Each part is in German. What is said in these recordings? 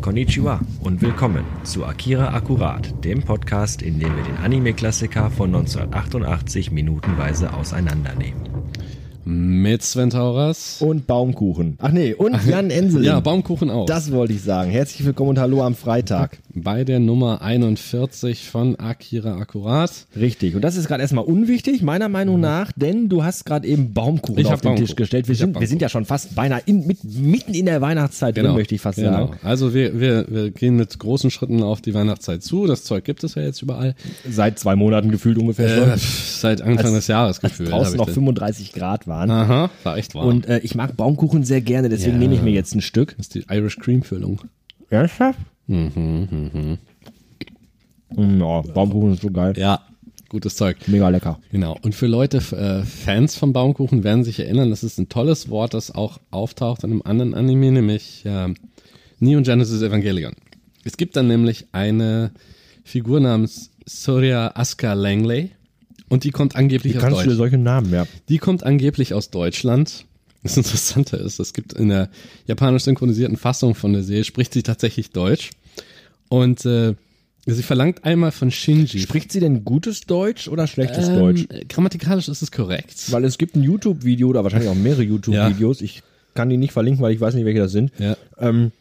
Konnichiwa und willkommen zu Akira Akkurat, dem Podcast, in dem wir den Anime-Klassiker von 1988 minutenweise auseinandernehmen. Mit Sven Tauras. Und Baumkuchen. Ach nee, und Jan Enseling. Ja, Baumkuchen auch. Das wollte ich sagen. Herzlich willkommen und hallo am Freitag. Bei der Nummer 41 von Akira Akkurat. Richtig. Und das ist gerade erstmal unwichtig, meiner Meinung nach, denn du hast gerade eben Mhm. Baumkuchen Ich hab auf den Baumkuchen. Tisch gestellt. Wir Ich hab sind, wir sind ja schon fast beinahe in, mit, mitten in der Weihnachtszeit drin, möchte ich fast sagen. Genau. Also wir, wir, wir gehen mit großen Schritten auf die Weihnachtszeit zu. Das Zeug gibt es ja jetzt überall. Seit zwei Monaten gefühlt ungefähr Äh, schon. seit Anfang Als- des Jahres als gefühlt. hab draußen ich noch das. 35 Grad waren. Aha, war echt warm. Und äh, ich mag Baumkuchen sehr gerne, deswegen Ja. nehme ich mir jetzt ein Stück. das ist die Irish Cream Füllung. Ernsthaft? mhm, Mhm, mhm. Ja, Baumkuchen ist so geil. Ja, gutes Zeug. Mega lecker. Genau. Und für Leute, f- äh, Fans von Baumkuchen werden sich erinnern, das ist ein tolles Wort, das auch auftaucht in einem anderen Anime, nämlich ähm, Neon Genesis Evangelion. Es gibt dann nämlich eine Figur namens Surya Asuka Langley und die kommt angeblich aus Deutschland. solche Namen, ja. Die kommt angeblich aus Deutschland. Das Interessante ist, es gibt in der japanisch synchronisierten Fassung von der Serie, spricht sie tatsächlich Deutsch. Und äh, sie verlangt einmal von Shinji. Spricht sie denn gutes Deutsch oder schlechtes Ähm, Deutsch? Grammatikalisch ist es korrekt. Weil es gibt ein YouTube-Video oder wahrscheinlich auch mehrere YouTube-Videos. Ich kann die nicht verlinken, weil ich weiß nicht, welche das sind. Ja. Ähm,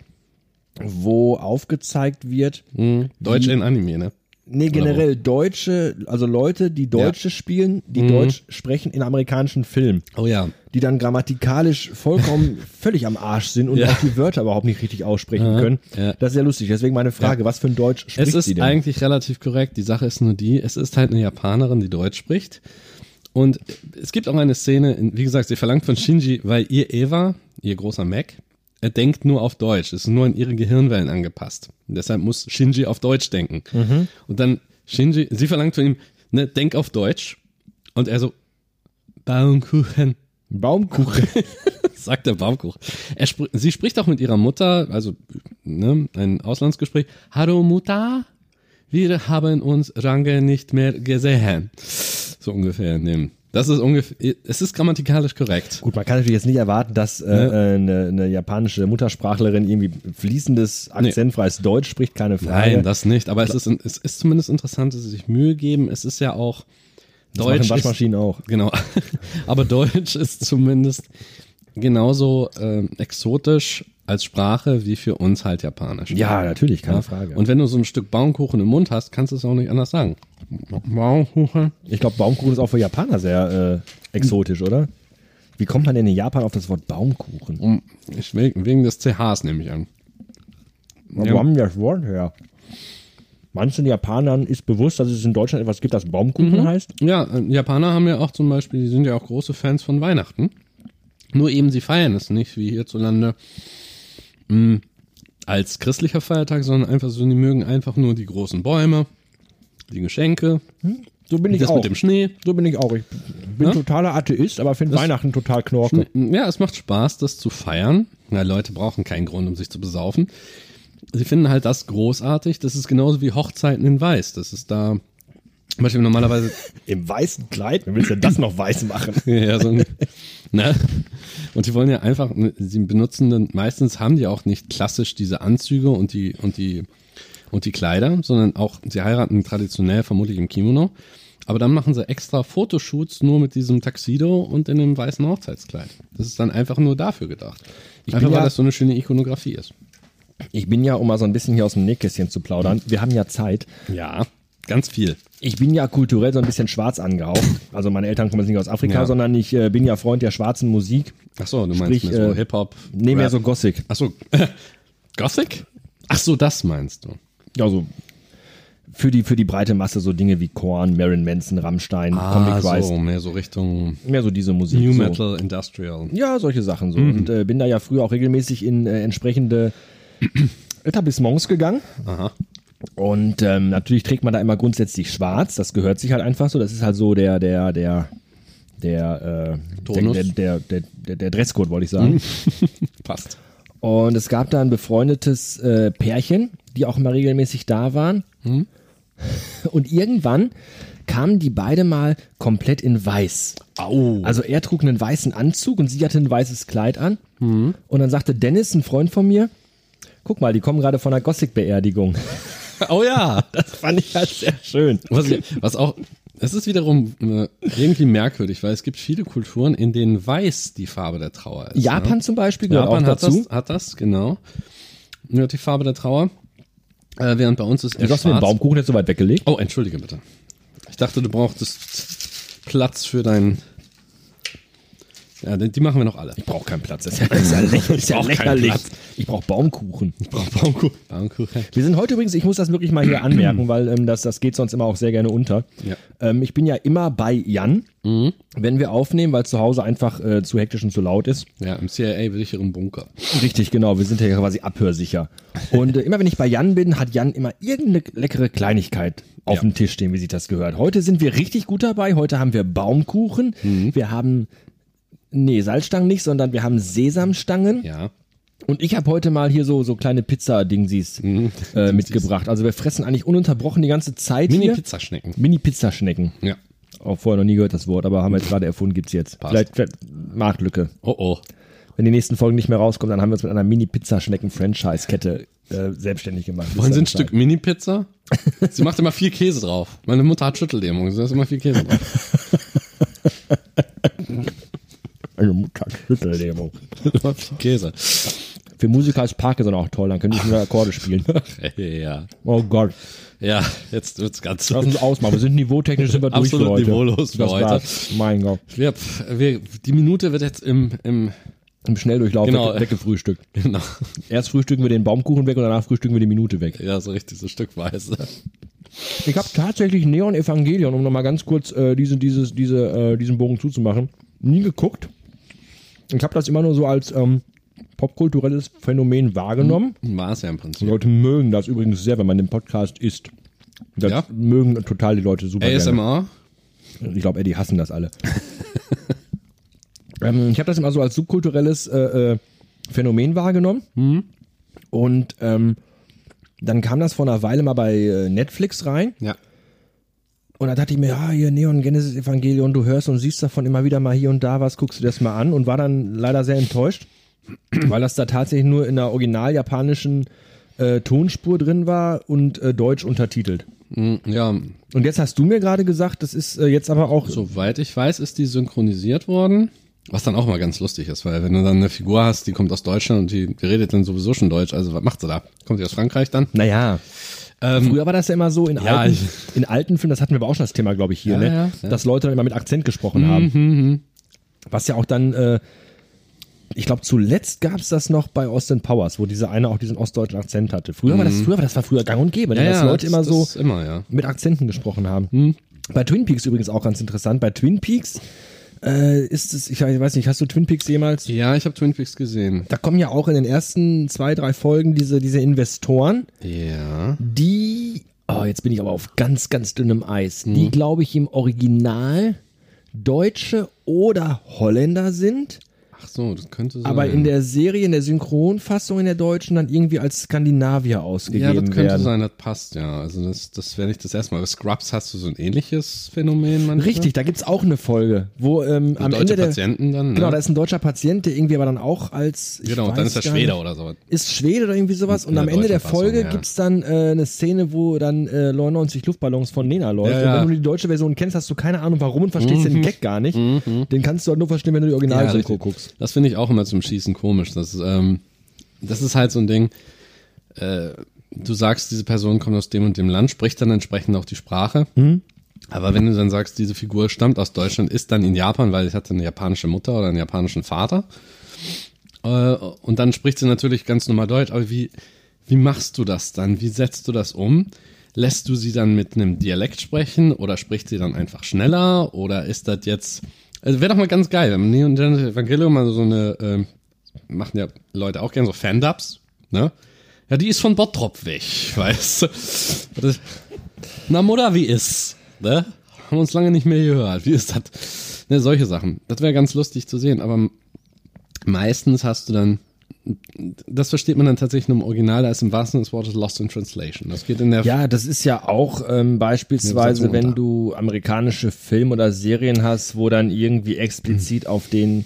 wo aufgezeigt wird, Mhm. Deutsch in Anime, ne? nee, generell Deutsche, also Leute, die Deutsche spielen, Mhm. die Deutsch sprechen in amerikanischen Filmen, Oh ja. die dann grammatikalisch vollkommen völlig am Arsch sind und Ja. auch die Wörter überhaupt nicht richtig aussprechen können. ja. Das ist ja lustig. Deswegen meine Frage, was für ein Deutsch spricht Es sie ist denn? eigentlich relativ korrekt. Die Sache ist nur die, es ist halt eine Japanerin, die Deutsch spricht. Und es gibt auch eine Szene, in, wie gesagt, sie verlangt von Shinji, weil ihr Eva, ihr großer Mac, er denkt nur auf Deutsch, ist nur an ihre Gehirnwellen angepasst. Und deshalb muss Shinji auf Deutsch denken. Und dann Shinji, sie verlangt von ihm, ne, denk auf Deutsch. Und er so, Baumkuchen. Baumkuchen. sagt der Baumkuchen. Er spr sie spricht auch mit ihrer Mutter, also ne, ein Auslandsgespräch. Hallo Mutter, wir haben uns lange nicht mehr gesehen. So ungefähr in dem. Das ist ungefähr, es ist grammatikalisch korrekt. Gut, man kann natürlich jetzt nicht erwarten, dass äh, äh, eine, eine japanische Muttersprachlerin irgendwie fließendes, akzentfreies Deutsch spricht, keine Frage. Nein, das nicht, aber es ist, es ist zumindest interessant, dass sie sich Mühe geben. Es ist ja auch machen Deutsch. ist, Waschmaschinen auch. Genau. Aber Deutsch ist zumindest genauso ähm, exotisch als Sprache wie für uns halt Japanisch. Ja, natürlich, keine Ja. Frage. Und wenn du so ein Stück Baumkuchen im Mund hast, kannst du es auch nicht anders sagen. Baumkuchen. ich glaube, Baumkuchen ist auch für Japaner sehr äh, exotisch, oder? Wie kommt man denn in Japan auf das Wort Baumkuchen? Ich, we- wegen des CHs nehme ich an. Wo haben wir das Wort her? Manchen Japanern ist bewusst, dass es in Deutschland etwas gibt, das Baumkuchen heißt. Ja, äh, Japaner haben ja auch zum Beispiel, die sind ja auch große Fans von Weihnachten. Nur eben sie feiern es nicht, wie hierzulande, mh, als christlicher Feiertag, sondern einfach so, die mögen einfach nur die großen Bäume, die Geschenke, So bin ich das auch. mit dem Schnee. so bin ich auch. Ich bin Ja? totaler Atheist, aber finde Weihnachten total knorke. Hm, Ja, es macht Spaß, das zu feiern. Na, Leute brauchen keinen Grund, um sich zu besaufen. Sie finden halt das großartig. Das ist genauso wie Hochzeiten in Weiß. Das ist da zum Beispiel normalerweise Im weißen Kleid? Wer willst du denn das noch weiß machen? ja, so ein, ne? Und die wollen ja einfach, ne, sie benutzen dann, meistens haben die auch nicht klassisch diese Anzüge und die, und die, und die Kleider, sondern auch, sie heiraten traditionell vermutlich im Kimono. Aber dann machen sie extra Fotoshoots nur mit diesem Tuxedo und in einem weißen Hochzeitskleid. Das ist dann einfach nur dafür gedacht. einfach bin weil ja- das so eine schöne Ikonografie ist. Ich bin ja, um mal so ein bisschen hier aus dem Nähkästchen zu plaudern, wir haben ja Zeit. Ja, ganz viel. Ich bin ja kulturell so ein bisschen schwarz angehaucht. Also meine Eltern kommen jetzt nicht aus Afrika, Ja. sondern ich äh, bin ja Freund der schwarzen Musik. Ach so, du meinst Sprich, mehr so äh, Hip-Hop. Nee, mehr Rap. so Gothic. Ach so, Gothic? Ach so, das meinst du. Also für die, für die breite Masse so Dinge wie Korn, Marilyn Manson, Rammstein, Comic Christ. so, mehr so Richtung Mehr so diese Musik. New so. Metal, Industrial. Ja, solche Sachen so. Mhm. Und äh, bin da ja früher auch regelmäßig in äh, entsprechende Etablissements gegangen. Aha. Und ähm, natürlich trägt man da immer grundsätzlich schwarz. Das gehört sich halt einfach so. Das ist halt so der, der, der, der, äh, der, Tonus. Mhm. der, der, der, der, der Dresscode, wollte ich sagen. Passt. Und es gab da ein befreundetes äh, Pärchen, die auch immer regelmäßig da waren. Mhm. Und irgendwann kamen die beide mal komplett in weiß. Au. Also er trug einen Hm. weißen Anzug und sie hatte ein weißes Kleid an. Und dann sagte Dennis, ein Freund von mir, Guck mal, die kommen gerade von einer Gothic-Beerdigung. Oh ja, Das fand ich halt sehr schön. was, was auch, es ist wiederum äh, irgendwie merkwürdig, weil es gibt viele Kulturen, in denen weiß die Farbe der Trauer ist. ne? Japan zum Beispiel gehört Japan auch hat dazu. das, hat das, genau. Ja, die Farbe der Trauer. Äh, während bei uns ist Du eher hast mir den schwarz. Baumkuchen jetzt so weit weggelegt. Oh, entschuldige bitte. Ich dachte, du brauchtest Platz für deinen. Ja, die die machen wir noch alle. Ich brauche keinen Platz. Das ist ja, das ist ja, lächer- das ist ja brauch keinen lächerlich. Platz. Ich brauche Baumkuchen. Baumkuchen. Baumkuchen. Wir sind heute übrigens, ich muss das wirklich mal hier anmerken, weil ähm, das, das geht sonst immer auch sehr gerne unter. Ja. Mhm. Ähm, ich bin ja immer bei Jan, wenn wir aufnehmen, weil zu Hause einfach äh, zu hektisch und zu laut ist. Ja, im CIA sicheren Bunker. Richtig, genau. Wir sind ja quasi abhörsicher. Und äh, immer wenn ich bei Jan bin, hat Jan immer irgendeine leckere Kleinigkeit auf Ja. dem Tisch stehen, wie sich das gehört. Heute sind wir richtig gut dabei. Heute haben wir Baumkuchen. Mhm. Wir haben, nee, Salzstangen nicht, sondern wir haben Sesamstangen. Ja. Und ich habe heute mal hier so, so kleine Pizza-Dingsies Mhm. äh, mitgebracht. Also wir fressen eigentlich ununterbrochen die ganze Zeit hier. Mini-Pizzaschnecken. Mini-Pizzaschnecken. Ja. Auch vorher noch nie gehört das Wort, aber haben wir jetzt gerade erfunden, gibt's jetzt. Passt. Vielleicht, vielleicht Marktlücke. Oh oh. Wenn die nächsten Folgen nicht mehr rauskommen, dann haben wir uns mit einer Mini-Pizzaschnecken-Franchise-Kette äh, selbstständig gemacht. Wollen Sie ein Das ist Stück Mini-Pizza? Sie macht immer viel Käse drauf. Meine Mutter hat Schüttelähmung. Sie hat immer viel Käse drauf. Eine Mutterschütteldemo. Immer viel Käse. Für Musiker ist Parkinson auch toll, dann können die schon wieder Akkorde spielen. Ja. Oh Gott, Ja, jetzt wird's ganz. lass uns ausmachen. Wir sind niveautechnisch sind wir durch für Absolut heute. niveaulos für das heute. War's. Mein Gott. Wir, wir, die Minute wird jetzt im, im Im Schnelldurchlauf Genau. wegge- weggefrühstückt. genau, Erst frühstücken wir den Baumkuchen weg und danach frühstücken wir die Minute weg. ja, so richtig so stückweise. Ich habe tatsächlich Neon Evangelion, um nochmal ganz kurz äh, diese, dieses, diese, äh, diesen Bogen zuzumachen, nie geguckt. Ich habe das immer nur so als ähm, popkulturelles Phänomen wahrgenommen. War es ja im Die Prinzip. Leute mögen das übrigens sehr, wenn man den Podcast isst. Das Ja. mögen total die Leute super ASMR? gerne. Ich glaube, die hassen das alle. ähm, ich habe das immer so als subkulturelles äh, äh, Phänomen wahrgenommen. Und ähm, dann kam das vor einer Weile mal bei äh, Netflix rein. Ja. Und da dachte ich mir, ja, hier Neon Genesis Evangelion, du hörst und siehst davon immer wieder mal hier und da was, guckst du das mal an und war dann leider sehr enttäuscht, weil das da tatsächlich nur in der original japanischen äh, Tonspur drin war und äh, deutsch untertitelt. Mm, Ja, Und jetzt hast du mir gerade gesagt, das ist äh, jetzt aber auch so. soweit ich weiß, ist die synchronisiert worden. Was dann auch mal ganz lustig ist, weil wenn du dann eine Figur hast, die kommt aus Deutschland und die, die redet dann sowieso schon Deutsch, also was macht sie da? Kommt sie aus Frankreich dann? Naja, früher war das ja immer so in, Ähm, ja, alten, ich- in alten Filmen, das hatten wir aber auch schon das Thema, glaube ich, hier, Ja, ne? ja, ja. Mhm, dass Leute dann immer mit Akzent gesprochen haben. Was ja auch dann, äh, ich glaube, zuletzt gab es das noch bei Austin Powers, wo dieser eine auch diesen ostdeutschen Akzent hatte. Früher war das, früher, war das war früher gang und gäbe, ne? dass Leute immer Mhm. das, Mhm. so Das immer, ja. mit Akzenten gesprochen haben. Bei Twin Peaks übrigens auch ganz interessant. Bei Twin Peaks äh, ist es, ich weiß nicht, hast du Twin Peaks jemals? Ja, ich habe Twin Peaks gesehen. Da kommen ja auch in den ersten zwei, drei Folgen diese, diese Investoren, Ja. die, oh, jetzt bin ich aber auf ganz, ganz dünnem Eis, Mhm. die, glaube ich, im Original Deutsche oder Holländer sind, Ach so, das könnte sein. aber in der Serie, in der Synchronfassung in der Deutschen dann irgendwie als Skandinavier ja, ausgegeben das könnte werden. sein, das passt, ja. Also das, das wäre nicht das erste Mal. Bei Scrubs hast du so ein ähnliches Phänomen manchmal. Richtig, da gibt's auch eine Folge, wo ähm, am Deutsche Ende der, Patienten dann, ne? Genau, da ist ein deutscher Patient, der irgendwie aber dann auch als. ich Genau, weiß dann ist der gar nicht- Schwede oder so. ist Schwede oder irgendwie sowas. Und In der am Ende der deutschen Folge Fassung, ja. gibt's dann äh, eine Szene, wo dann äh, 99 Luftballons von Nena läuft. Ja, Und ja. Mhm. wenn du die deutsche Version kennst, hast du keine Ahnung warum und verstehst den Gag gar nicht. Den kannst du halt nur verstehen, wenn du die Originalsynchro richtig. guckst. Das finde ich auch immer zum Schießen komisch. Das, ist, ähm, das ist halt so ein Ding, äh, du sagst, diese Person kommt aus dem und dem Land, spricht dann entsprechend auch die Sprache. Aber wenn du dann sagst, diese Figur stammt aus Deutschland, ist dann in Japan, weil sie hatte eine japanische Mutter oder einen japanischen Vater. Äh, und dann spricht sie natürlich ganz normal Deutsch. Aber wie, wie machst du das dann? Wie setzt du das um? Lässt du sie dann mit einem Dialekt sprechen oder spricht sie dann einfach schneller? Oder ist das jetzt. Also wäre doch mal ganz geil, wenn man Neon Genesis Evangelium mal so eine. ähm, machen ja Leute auch gerne so Fan-Dubs, ne? Ja, die ist von Bottrop weg, weißt du? Das- Na, Mutter, wie ist? Ne? Haben uns lange nicht mehr gehört. Wie ist das? Ne, solche Sachen. Das wäre ganz lustig zu sehen, aber meistens hast du dann. Das versteht man dann tatsächlich nur im Original, da ist im wahrsten Sinne des Wortes Lost in Translation. Das geht in der. Ja, das ist ja auch ähm, Ja, beispielsweise, das ist wenn runter. Hm. du amerikanische Film oder Serien hast, wo dann irgendwie explizit auf den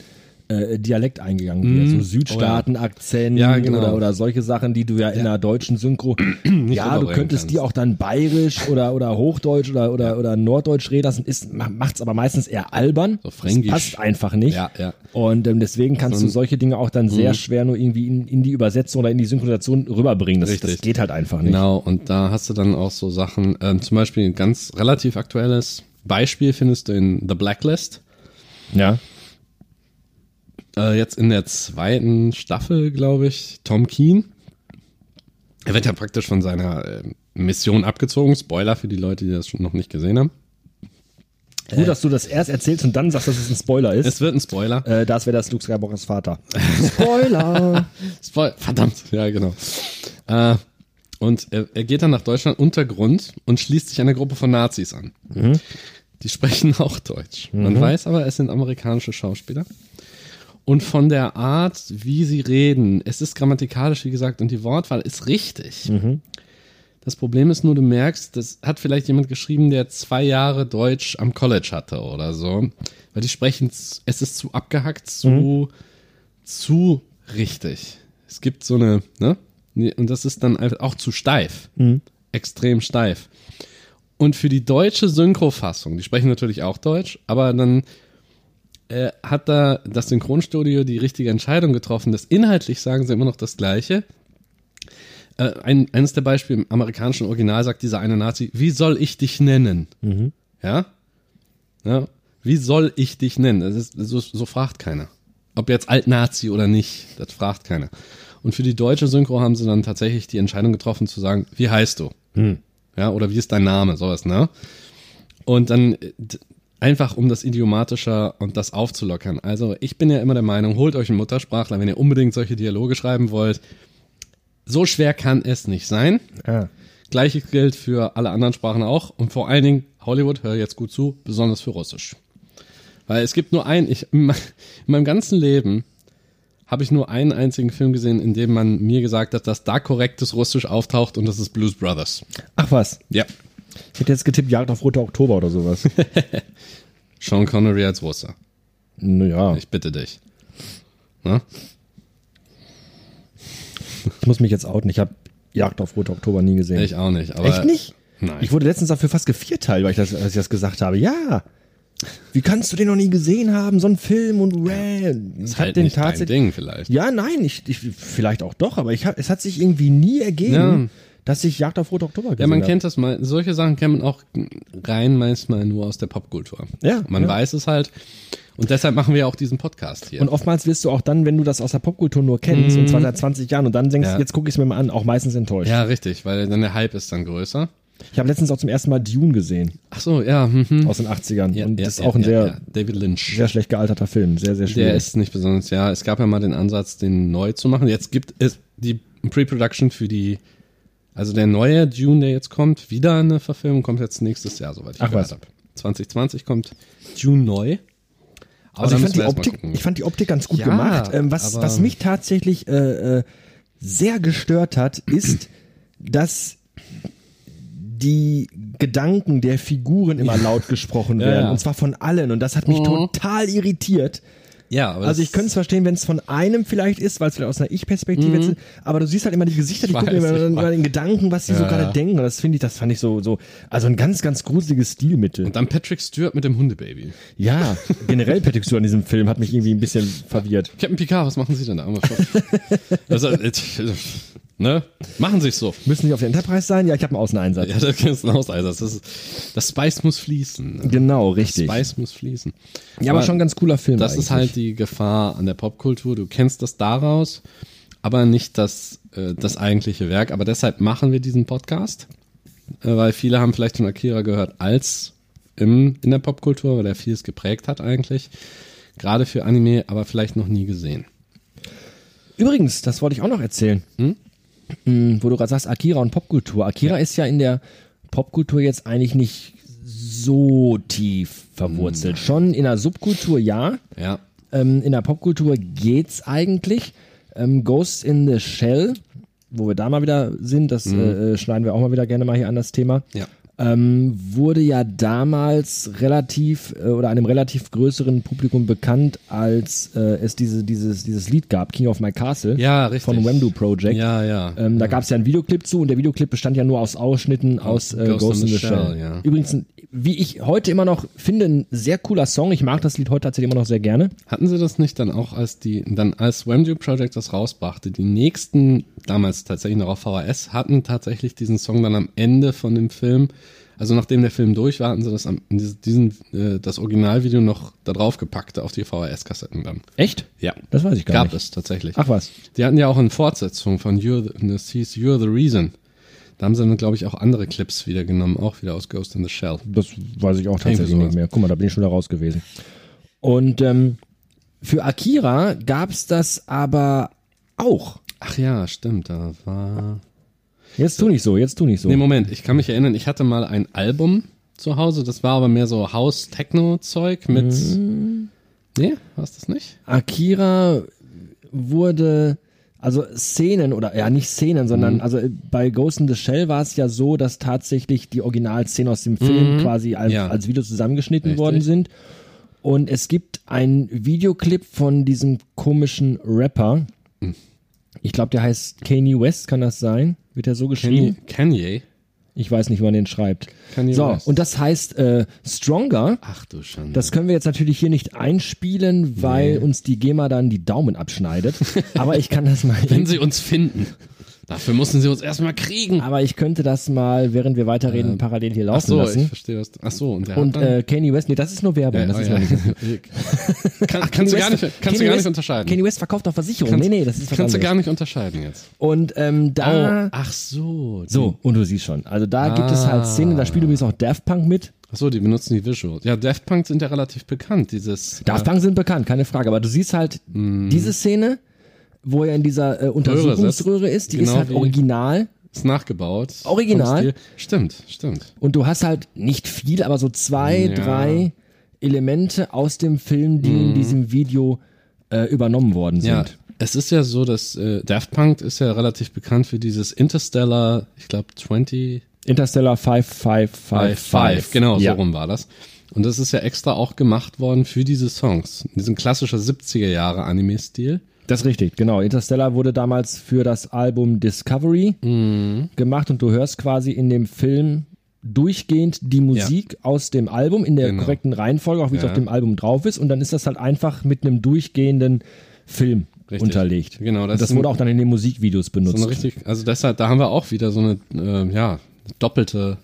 äh, äh, Dialekt eingegangen wird. Mhm. So Südstaaten-Akzent Ja, genau. oder, oder solche Sachen, die du ja in einer deutschen Synchro, ja, du rüberbringen könntest die kannst. auch dann bayerisch oder, oder hochdeutsch oder, oder, oder norddeutsch reden lassen, ist, ma- macht's aber meistens eher albern. So fränkisch. Das passt einfach nicht. Ja, ja. Hm. Und ähm, deswegen kannst du solche Dinge auch dann sehr schwer nur irgendwie in, in die Übersetzung oder in die Synchronisation rüberbringen. Das, das Richtig. geht halt einfach nicht. Genau, und da hast du dann auch so Sachen, ähm, zum Beispiel ein ganz relativ aktuelles Beispiel findest du in The Blacklist. Ja. äh, jetzt in der zweiten Staffel, glaube ich, Tom Keen. Er wird ja praktisch von seiner äh, Mission abgezogen. Spoiler für die Leute, die das schon noch nicht gesehen haben. Gut, dass du das erst erzählst und dann sagst, dass es ein Spoiler ist. Äh. Es wird ein Spoiler. äh, das wäre das Luke Skywalkers Vater. Spoiler! Spoil Verdammt, ja, genau. Äh, und er, er geht dann nach Deutschland untergrund und schließt sich einer Gruppe von Nazis an. Die sprechen auch Deutsch. Man weiß aber, es sind amerikanische Schauspieler. Und von der Art, wie sie reden, es ist grammatikalisch, wie gesagt, und die Wortwahl ist richtig. Das Problem ist nur, du merkst, das hat vielleicht jemand geschrieben, der zwei Jahre Deutsch am College hatte oder so. Weil die sprechen, z- es ist zu abgehackt, zu, zu richtig. Es gibt so eine, ne? Nee, Und das ist dann einfach auch zu steif. Extrem steif. Und für die deutsche Synchrofassung, die sprechen natürlich auch Deutsch, aber dann äh, hat da das Synchronstudio die richtige Entscheidung getroffen. Das inhaltlich sagen sie immer noch das Gleiche. Äh, ein, eines der Beispiele im amerikanischen Original sagt dieser eine Nazi: Wie soll ich dich nennen? Ja? ja? Wie soll ich dich nennen? Das ist, so, so fragt keiner. Ob jetzt Alt-Nazi oder nicht, das fragt keiner. Und für die deutsche Synchro haben sie dann tatsächlich die Entscheidung getroffen zu sagen: Wie heißt du? Ja, oder wie ist dein Name? Sowas, ne? Und dann äh, d- einfach, um das idiomatischer und das aufzulockern. Also, ich bin ja immer der Meinung, holt euch einen Muttersprachler, wenn ihr unbedingt solche Dialoge schreiben wollt. So schwer kann es nicht sein. Ah. Gleiches gilt für alle anderen Sprachen auch. Und vor allen Dingen, Hollywood, hör jetzt gut zu, besonders für Russisch. Weil es gibt nur einen, ich, in me- in meinem ganzen Leben habe ich nur einen einzigen Film gesehen, in dem man mir gesagt hat, dass da korrektes Russisch auftaucht und das ist Blues Brothers. Ach was, Ja. ich hätte jetzt getippt, Jagd auf Roter Oktober oder sowas. Sean Connery als Russe. naja, ich, Ich bitte dich. Ne? ich muss mich jetzt outen. Ich habe Jagd auf Roter Oktober nie gesehen. Ich auch nicht. Aber Echt nicht? Nein. Ich wurde letztens dafür fast gevierteilt, weil ich das, als ich das gesagt habe. Ja. Wie kannst du den noch nie gesehen haben, so einen Film und Ran? Ich ist hab halt nicht dein Ding vielleicht. Ja, nein, ich, ich vielleicht auch doch, aber ich hab, es hat sich irgendwie nie ergeben, Ja. dass ich Jagd auf Rot Oktober gesehen Ja, man hab. kennt das mal. Solche Sachen kennt man auch rein manchmal nur aus der Popkultur. Ja, Man ja. weiß es halt. Und deshalb machen wir ja auch diesen Podcast hier. Und oftmals wirst du auch dann, wenn du das aus der Popkultur nur kennst, und zwar seit 20 Jahren, und dann denkst Ja. du, jetzt gucke ich es mir mal an, auch meistens enttäuscht. ja, richtig, weil dann der Hype ist dann größer. Ich habe letztens auch zum ersten Mal Dune gesehen, Ach so, ja. Mhm. aus den 80ern. ja und ja, das ist ja, auch ein ja, sehr, ja. David Lynch. sehr schlecht gealterter Film, sehr, sehr schwierig. Der ist nicht besonders, ja. Es gab ja mal den Ansatz, den neu zu machen. Jetzt gibt es die Pre-Production für die, also der neue Dune, der jetzt kommt, wieder eine Verfilmung, kommt jetzt nächstes Jahr, soweit ich Ach, was. habe. 2020 kommt Dune neu. Aber Also da ich müssen fand, die wir erst mal Optik, gucken. ich fand die Optik ganz gut Ja, gemacht. Ähm, was, aber- was mich tatsächlich äh, äh, sehr gestört hat, ist, dass die Gedanken der Figuren immer laut gesprochen Ja, werden. ja. Mhm. Und zwar von allen. Und das hat mich total irritiert. ja, aber Also das- ich könnte es verstehen, wenn es von einem vielleicht ist, weil es vielleicht aus einer Ich-Perspektive ist, aber du siehst halt immer die Gesichter, die Mhm. Ich gucken weiß, immer ich über weiß. den Gedanken, was die so Ja, gerade ja. denken. Und das finde ich, das fand ich so, so, also ein ganz, ganz gruseliges Stilmittel. Und dann Patrick Stewart mit dem Hundebaby. Ja, generell Patrick Stewart in diesem Film hat mich irgendwie ein bisschen verwirrt. Captain Picard, was machen Sie denn da? Aber schon- also, äh, ne? Machen Sie es so. Müssen die auf der Enterprise sein? Ja, ich habe einen Außeneinsatz. Ja, das ist ein Auseiser. Das, ist, das Spice muss fließen. Ne? Genau, richtig. Spice muss fließen. Ja, aber schon ein ganz cooler Film. Das ist halt die Gefahr an der Popkultur. Du kennst das daraus, aber nicht das, äh, das eigentliche Werk. Aber deshalb machen wir diesen Podcast, äh, weil viele haben vielleicht von Akira gehört als im, in der Popkultur, weil er vieles geprägt hat eigentlich. Gerade für Anime, aber vielleicht noch nie gesehen. Übrigens, das wollte ich auch noch erzählen. Mm, Wo du gerade sagst, Akira und Popkultur. Akira ist ja in der Popkultur jetzt eigentlich nicht so tief verwurzelt. Schon in der Subkultur ja. Ja. Ähm, in der Popkultur geht's eigentlich. Ähm, Ghost in the Shell, wo wir da mal wieder sind, das äh, äh, schneiden wir auch mal wieder gerne mal hier an das Thema. Ja. ähm, wurde ja damals relativ äh, oder einem relativ größeren Publikum bekannt, als äh, es diese, dieses, dieses Lied gab, King of My Castle Ja, richtig. von Wemdu Project. Ja, ja. Ähm, da gab es ja einen Videoclip zu und der Videoclip bestand ja nur aus Ausschnitten aus äh, Ghost, in the Shell. ja. Übrigens, ein- wie ich heute immer noch finde, ein sehr cooler Song. Ich mag das Lied heute tatsächlich immer noch sehr gerne. Hatten sie das nicht dann auch, als die, dann als Wemdu Project das rausbrachte, die nächsten, damals tatsächlich noch auf VHS, hatten tatsächlich diesen Song dann am Ende von dem Film, also nachdem der Film durch war, hatten sie das am, diesen, äh, das Originalvideo noch da drauf gepackt, auf die VHS-Kassetten dann. Echt? Ja. Das weiß ich gar Gab nicht. Ah. es tatsächlich. Ach was. Die hatten ja auch eine Fortsetzung von You're the, das hieß You're the Reason. Da haben sie dann, glaube ich, auch andere Clips wieder genommen, auch wieder aus Ghost in the Shell. Das weiß ich auch tatsächlich Irgendwie sowas. nicht mehr. Guck mal, da bin ich schon da raus gewesen. Und ähm, für Akira gab es das aber auch. Ach ja, stimmt, da war. Jetzt tu nicht so, jetzt tu nicht so. Nee, Moment, ich kann mich erinnern, ich hatte mal ein Album zu Hause, das war aber mehr so House-Techno-Zeug mit. Hm. Nee, war es das nicht? Akira wurde, also Szenen oder ja nicht Szenen, Mhm. sondern also äh, bei Ghost in the Shell war es ja so, dass tatsächlich die Originalszenen aus dem Film quasi als, Mhm. Ja. als Video zusammengeschnitten Richtig. worden sind. Und es gibt einen Videoclip von diesem komischen Rapper. Mhm. Ich glaube, der heißt Kanye West, kann das sein? Wird er so Kanye. geschrieben? Kanye? Ich weiß nicht, wie man den schreibt. Kanye so, West. und das heißt äh, Stronger. Ach du Schande. Das können wir jetzt natürlich hier nicht einspielen, weil uns die GEMA dann die Daumen abschneidet. Aber ich kann das mal. Wenn sie uns finden. Dafür mussten sie uns erstmal kriegen. aber ich könnte das mal, während wir weiterreden, parallel hier Äh, Ach laufen so, ich lassen. verstehe was. du- Ach so, und der Und hat dann, äh, Kanye West, nee, das ist nur Werbung. ja, das oh ist ja. noch nicht. Kann, kannst Kanye du gar West- nicht, kannst du Kanye gar West- nicht unterscheiden. Kanye West verkauft auf Versicherung. Kannst- nee, nee, das ist was Kannst du anderes. gar nicht unterscheiden jetzt. Und ähm, da. Oh, Ah. ach so. die- So, und du siehst schon. Also da gibt es halt Szenen, da spielt übrigens auch Daft Punk mit. Ach so, die benutzen die Visuals. Ja, Daft Punk sind ja relativ bekannt, dieses. äh, Daft Punk sind bekannt, keine Frage. Aber du siehst halt Mhm. diese Szene, wo er in dieser äh, Untersuchungsröhre ist, die Genau ist halt wie- original. ist nachgebaut. Original. Vom Stil. Stimmt, stimmt. Und du hast halt nicht viel, aber so zwei, Ja. Mhm. drei Elemente aus dem Film, die in diesem Video äh, übernommen worden sind. Ja, es ist ja so, dass äh, Daft Punk ist ja relativ bekannt für dieses Interstellar, ich glaube 20 Interstellar 5555. Genau, ja. so rum war das. Und das ist ja extra auch gemacht worden für diese Songs. Diesen klassischer 70er Jahre Anime-Stil. Das ist richtig, genau. Interstellar wurde damals für das Album Discovery Mhm. gemacht und du hörst quasi in dem Film durchgehend die Musik aus dem Album in der Genau. korrekten Reihenfolge, auch wie es Ja. auf dem Album drauf ist. Und dann ist das halt einfach mit einem durchgehenden Film Richtig. unterlegt. Genau, das das, das ist ein- wurde auch dann in den Musikvideos benutzt. So eine richtig, also deshalb, da haben wir auch wieder so eine, äh, ja, doppelte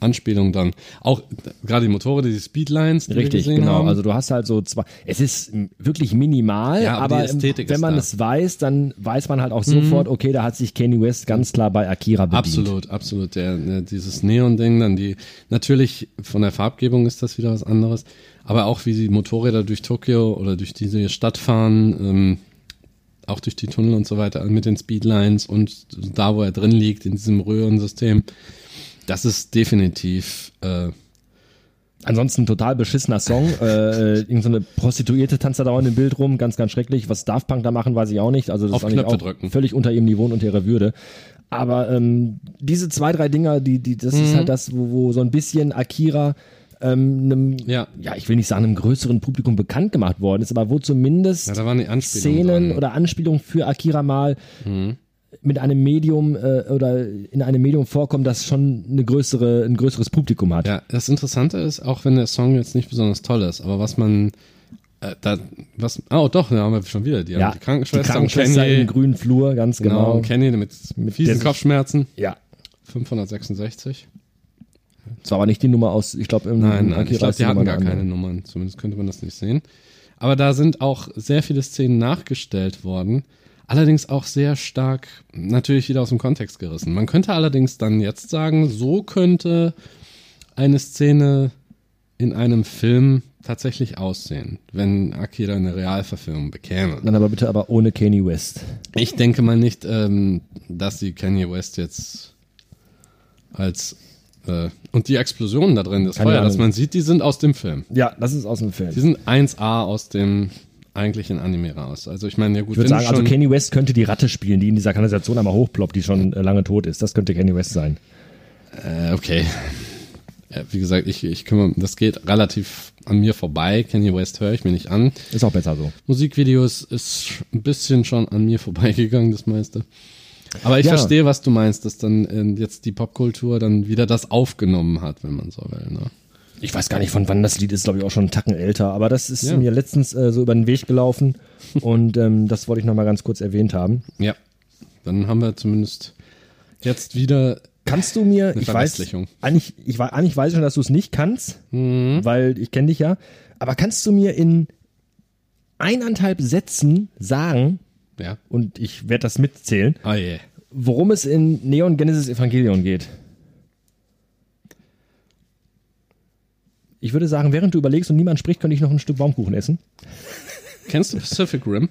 Anspielung dann. Auch äh, gerade die Motore, die Speedlines, die wir Richtig, gesehen genau. haben. Also du hast halt so zwei. Es ist m, wirklich minimal, Ja, aber aber, die Ästhetik wenn ist man da. Mhm. es weiß, dann weiß man halt auch sofort, okay, da hat sich Kanye West ganz klar bei Akira bedient. Absolut, absolut. Der, der, dieses Neon-Ding, dann die, natürlich von der Farbgebung ist das wieder was anderes, aber auch wie die Motorräder durch Tokio oder durch diese Stadt fahren, ähm, auch durch die Tunnel und so weiter mit den Speedlines und da, wo er drin liegt, in diesem Röhrensystem, das ist definitiv, äh, Ansonsten total beschissener Song. äh, irgend so eine Prostituierte tanzt da dauernd im Bild rum, ganz, ganz schrecklich. Was Daft Punk da machen, weiß ich auch nicht. Also das Auf ist eigentlich Knöpfe auch drücken. völlig unter ihrem Niveau und unter ihrer Würde. Aber ähm, diese zwei, drei Dinger, die, die, das ist Mhm. halt das, wo, wo so ein bisschen Akira ähm, einem, Ja. ja, ich will nicht sagen, einem größeren Publikum bekannt gemacht worden ist, aber wo zumindest ja, da waren die Anspielungen. Mhm. Szenen dran. oder Anspielungen für Akira mal mit einem Medium äh, oder in einem Medium vorkommen, das schon eine größere, ein größeres Publikum hat. Ja, das Interessante ist, auch wenn der Song jetzt nicht besonders toll ist, aber was man äh, da, was, oh doch, da haben wir schon wieder die, die Krankenschwester, die Krankenschwester und Kanye, im grünen Flur, ganz Genau, genau. Kenny mit, Mit fiesen der- Kopfschmerzen. Ja. 566. Das war aber nicht die Nummer aus, ich glaube, im Nein, nein, ich Akira glaube, ist die die hatten Nummer gar eine keine andere. Nummern. Zumindest könnte man das nicht sehen. Aber da sind auch sehr viele Szenen nachgestellt worden. Allerdings auch sehr stark, natürlich wieder aus dem Kontext gerissen. Man könnte allerdings dann jetzt sagen, so könnte eine Szene in einem Film tatsächlich aussehen, wenn Akira eine Realverfilmung bekäme. Dann aber bitte aber ohne Kanye West. Ich denke mal nicht, ähm, dass die Kanye West jetzt als äh, und die Explosionen da drin, das Keine Feuer, Ahnung. das man sieht, die sind aus dem Film. Ja, das ist aus dem Film. Die sind 1A aus dem eigentlichen Anime raus. Also ich meine, ja gut, Ich würde wenn du sagen, also schon- Kanye West könnte die Ratte spielen, die in dieser Kanalisation einmal hochploppt, die schon äh, lange tot ist. Das könnte Kanye West sein. äh, okay. äh, wie gesagt, ich, ich kümmere, das geht relativ an mir vorbei. Kanye West höre ich mir nicht an. Ist auch besser so. Musikvideos ist ein bisschen schon an mir vorbeigegangen, das meiste. Aber ich Ja. verstehe, was du meinst, dass dann äh, jetzt die Popkultur dann wieder das aufgenommen hat, wenn man so will. Ne? Ich weiß gar nicht, von wann das Lied ist, glaube ich, auch schon einen Tacken älter. Aber das ist Ja. mir letztens äh, so über den Weg gelaufen. und ähm, das wollte ich nochmal ganz kurz erwähnt haben. Ja. Dann haben wir zumindest jetzt wieder. Kannst du mir, ich weiß, Verwestlichung. Mhm. eigentlich, ich, wei- eigentlich weiß ich schon, dass du es nicht kannst, weil ich kenne dich ja, aber kannst du mir in eineinhalb Sätzen sagen, Ja. und ich werde das mitzählen, Ah je. worum es in Neon Genesis Evangelion geht? Ich würde sagen, während du überlegst und niemand spricht, könnte ich noch ein Stück Baumkuchen essen. Kennst du Pacific Rim?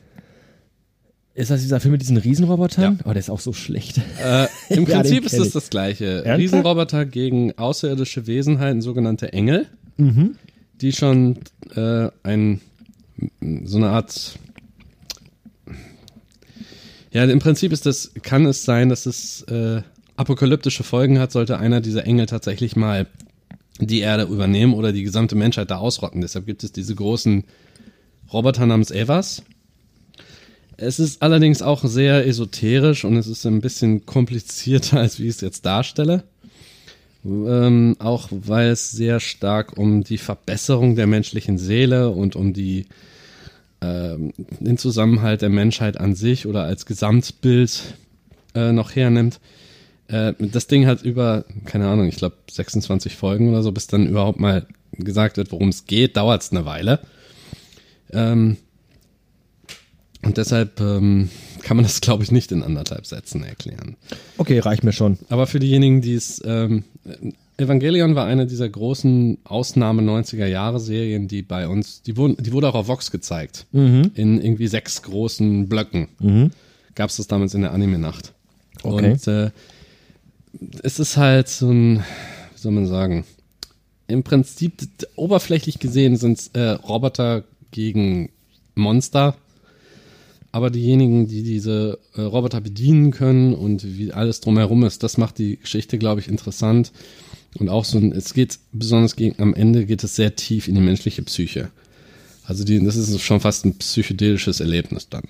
Ist das dieser Film mit diesen Riesenrobotern? Ja. Oh, der ist auch so schlecht. Äh, Im Ja, Prinzip den ist kenn es ich. das gleiche. Ernsthaft? Riesenroboter gegen außerirdische Wesenheiten, sogenannte Engel, Mhm. die schon äh, ein, so eine Art. Ja, im Prinzip ist das, kann es sein, dass es äh, apokalyptische Folgen hat, sollte einer dieser Engel tatsächlich mal die Erde übernehmen oder die gesamte Menschheit da ausrotten. Deshalb gibt es diese großen Roboter namens Evas. Es ist allerdings auch sehr esoterisch und es ist ein bisschen komplizierter, als wie ich es jetzt darstelle. Ähm, auch weil es sehr stark um die Verbesserung der menschlichen Seele und um die, ähm, den Zusammenhalt der Menschheit an sich oder als Gesamtbild äh, noch hernimmt. Äh, das Ding hat über, keine Ahnung, ich glaube 26 Folgen oder so, bis dann überhaupt mal gesagt wird, worum es geht, dauert es eine Weile. Ähm, und deshalb ähm, kann man das, glaube ich, nicht in anderthalb Sätzen erklären. Okay, reicht mir schon. Aber für diejenigen, die es. Ähm, Evangelion war eine dieser großen Ausnahme 90er Jahre Serien, die bei uns, die, wurden, die wurde auch auf Vox gezeigt. In irgendwie sechs großen Blöcken. Gab es das damals in der Anime-Nacht. Okay. Und äh, es ist halt so ein, wie soll man sagen, im Prinzip d- d- oberflächlich gesehen sind es äh, Roboter gegen Monster. Aber diejenigen, die diese äh, Roboter bedienen können und wie alles drumherum ist, das macht die Geschichte, glaube ich, interessant. Und auch so ein, es geht besonders gegen, am Ende geht es sehr tief in die menschliche Psyche. Also die, das ist schon fast ein psychedelisches Erlebnis dann.